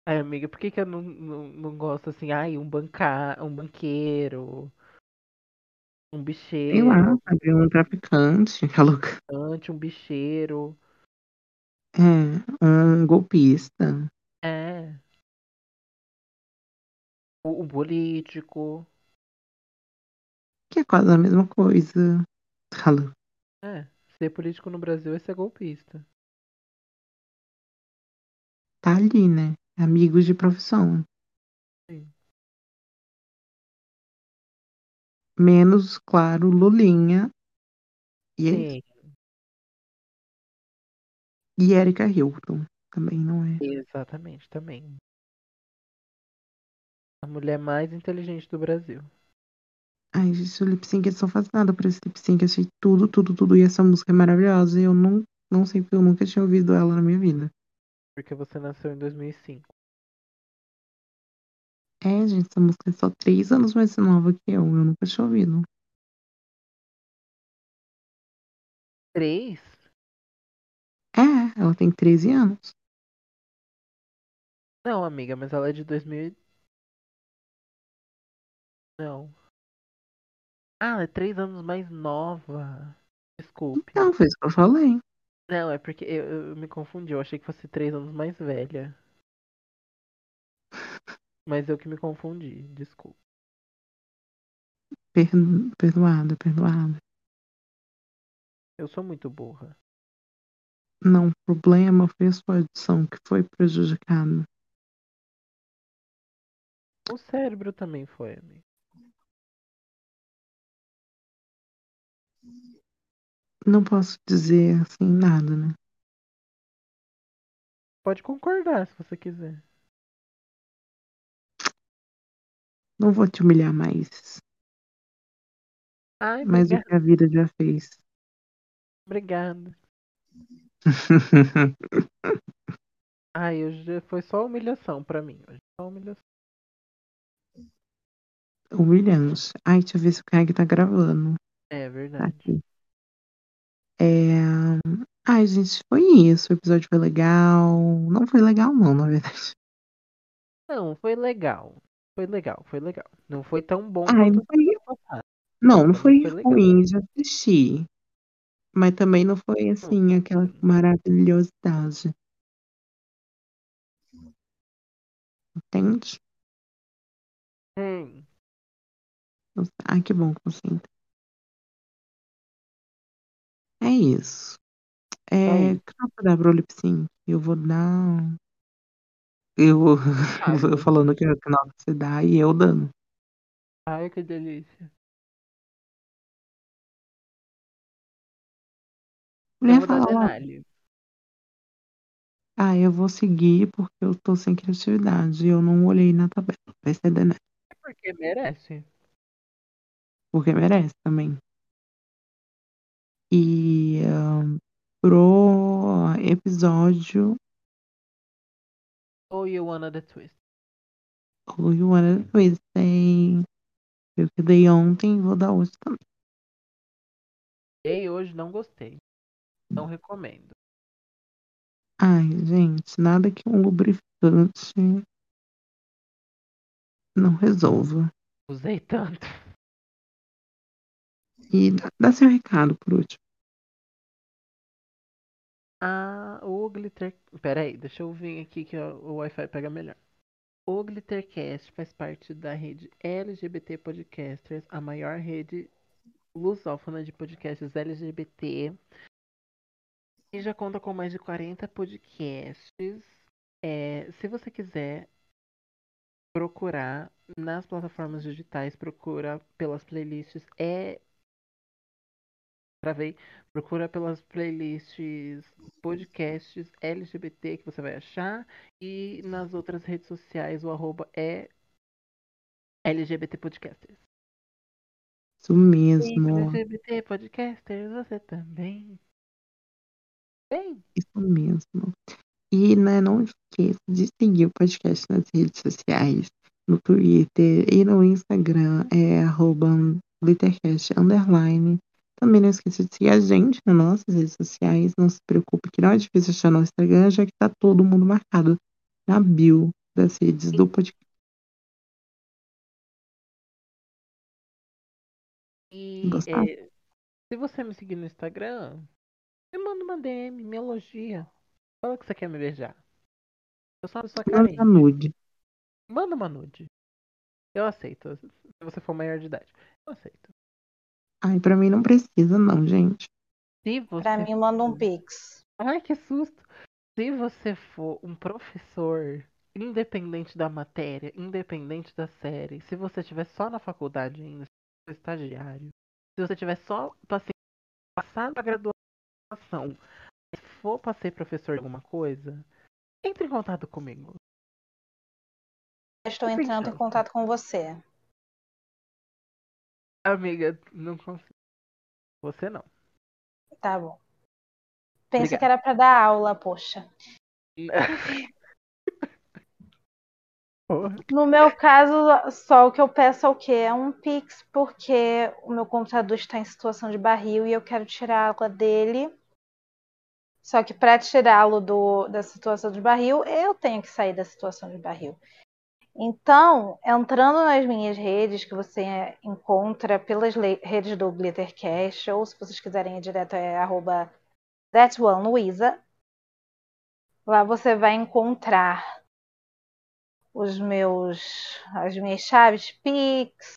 S3: Ai, amiga, por que, que eu não, não, não gosto assim? Ai, um banca... um banqueiro,
S2: Sei
S3: um
S2: lá,
S3: bicheiro,
S2: sabe? Um traficante. tá louca?
S3: ante, um bicheiro.
S2: É, um golpista.
S3: É. O, o político.
S2: Que é quase a mesma coisa. Tá louca?
S3: É. Ser político no Brasil é ser golpista.
S2: Tá ali, né? Amigos de profissão.
S3: Sim.
S2: Menos, claro, Lulinha e,
S3: Sim,
S2: e Erika Hilton. Também não é.
S3: exatamente, também. A mulher mais inteligente do Brasil.
S2: Ai, gente, o lip sync, eu sou fascinada por esse lip sync. Eu achei tudo, tudo, tudo. E essa música é maravilhosa. E eu não, não sei porque eu nunca tinha ouvido ela na minha vida.
S3: Porque você nasceu em 2005.
S2: É, gente, essa música é só três anos mais nova que eu. Eu nunca tinha ouvido.
S3: Três?
S2: É, ela tem 13 anos.
S3: Não, amiga, mas ela é de 2000. e- Não. Ah, ela é três anos mais nova. Desculpe.
S2: Então, foi isso que eu falei.
S3: Não, é porque eu, eu- eu me confundi. Eu achei que fosse três anos mais velha. Mas eu que me confundi, desculpa.
S2: Perdo- Perdoada, perdoada.
S3: Eu sou muito burra.
S2: Não, o problema foi a sua audição que foi prejudicada.
S3: O cérebro também foi, amiga.
S2: Não posso dizer assim nada, né?
S3: Pode concordar se você quiser.
S2: Não vou te humilhar mais.
S3: Ai,
S2: Mais o
S3: obrigada.
S2: que a vida já fez.
S3: obrigada. Ai, hoje foi só humilhação pra mim. Hoje só humilhação.
S2: Humilhante. Ai, deixa eu ver se o Craig tá gravando.
S3: É
S2: Tá
S3: verdade.
S2: aqui. É... Ai, gente, foi isso. O episódio foi legal. Não foi legal, não, na verdade.
S3: Não, foi legal. Foi legal, foi legal. Não foi tão bom
S2: Ai, não
S3: quanto
S2: Ah, então foi
S3: o passado.
S2: Não, não
S3: Mas
S2: foi
S3: foi legal.
S2: ruim de assistir. Mas também não foi assim, aquela maravilhosidade. Entende?
S3: Hum,
S2: Nossa, Ai, Ah, que bom que você entende. É isso. É,
S3: isso.
S2: quanto dá pro lip sync? Eu vou dar. Eu, eu vou falando que é o final que você dá e eu dando.
S3: Ai, que delícia.
S2: Eu ia
S3: Eu vou dar É
S2: falar lá,
S3: Denali.
S2: ah, eu vou seguir porque eu tô sem criatividade. Eu não olhei na tabela. Vai ser Denali,
S3: É porque merece.
S2: porque merece também. E ahn, pro episódio
S3: Ou Oh, You Wanna The Twist.
S2: o Yuana Twist tem. Eu que dei ontem, vou dar hoje também.
S3: Ei, hoje não gostei. Não recomendo.
S2: Ai, gente, nada que um lubrificante não resolva.
S3: Usei tanto.
S2: E dá- dá seu recado por último.
S3: Ah, o Glitter. Peraí, deixa eu vir aqui que o o Wi-Fi pega melhor. O Glittercast faz parte da rede LGBT Podcasters, a maior rede lusófona de podcasts LGBT. E já conta com mais de 40 podcasts. É, se você quiser procurar nas plataformas digitais, procura pelas playlists. É. Travei. Procura pelas playlists podcasts LGBT que você vai achar. E nas outras redes sociais, o arroba é LGBT Podcasters.
S2: Isso mesmo.
S3: LGBT Podcasters, você também. Bem,
S2: Isso mesmo. E né, não esqueça de seguir o podcast nas redes sociais, no Twitter e no Instagram, é arroba Glittercast underline. Também não esqueça de seguir a gente nas nossas redes sociais. Não se preocupe que não é difícil achar no Instagram, já que tá todo mundo marcado na bio das redes do podcast.
S3: e
S2: Gostar.
S3: é, se você me seguir no Instagram, me manda uma DM, me elogia. Fala que você quer me beijar. Eu sou uma pessoa carente.
S2: Manda nude.
S3: Manda uma nude. Eu aceito. Se você for maior de idade, eu aceito.
S2: Ai, pra mim não precisa, não, gente.
S3: Se você
S1: Pra mim, manda um pix.
S3: Ai, que susto! Se você for um professor, independente da matéria, independente da série, se você estiver só na faculdade ainda, se você for estagiário, se você tiver só assim, passado a graduação, se for pra ser professor de alguma coisa, entre em contato comigo.
S1: Eu Estou entrando em contato com você.
S3: Amiga, não consigo. Você não.
S1: Tá bom. Pensa
S3: Obrigado.
S1: que era pra dar aula, poxa.
S3: Porra.
S1: No meu caso, só o que eu peço é o quê? É um Pix, porque o meu computador está em situação de barril e eu quero tirá-la dele. Só que para tirá-lo do- da situação de barril, eu tenho que sair da situação de barril. Então, entrando nas minhas redes, que você encontra pelas le- redes do Glittercast, ou se vocês quiserem ir direto, é arroba thatsoluisa. Lá você vai encontrar os meus as minhas chaves Pix,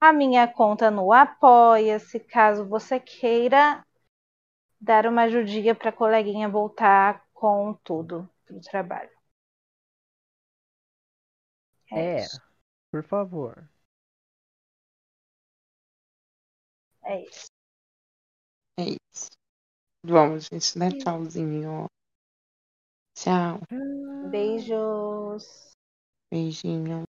S1: a minha conta no Apoia-se, caso você queira dar uma ajudinha para coleguinha voltar com tudo do trabalho.
S3: É,
S1: isso.
S3: por favor.
S1: É isso.
S2: É isso. Vamos, gente, né? Tchauzinho. Tchau.
S1: Ah. Beijos.
S2: Beijinho.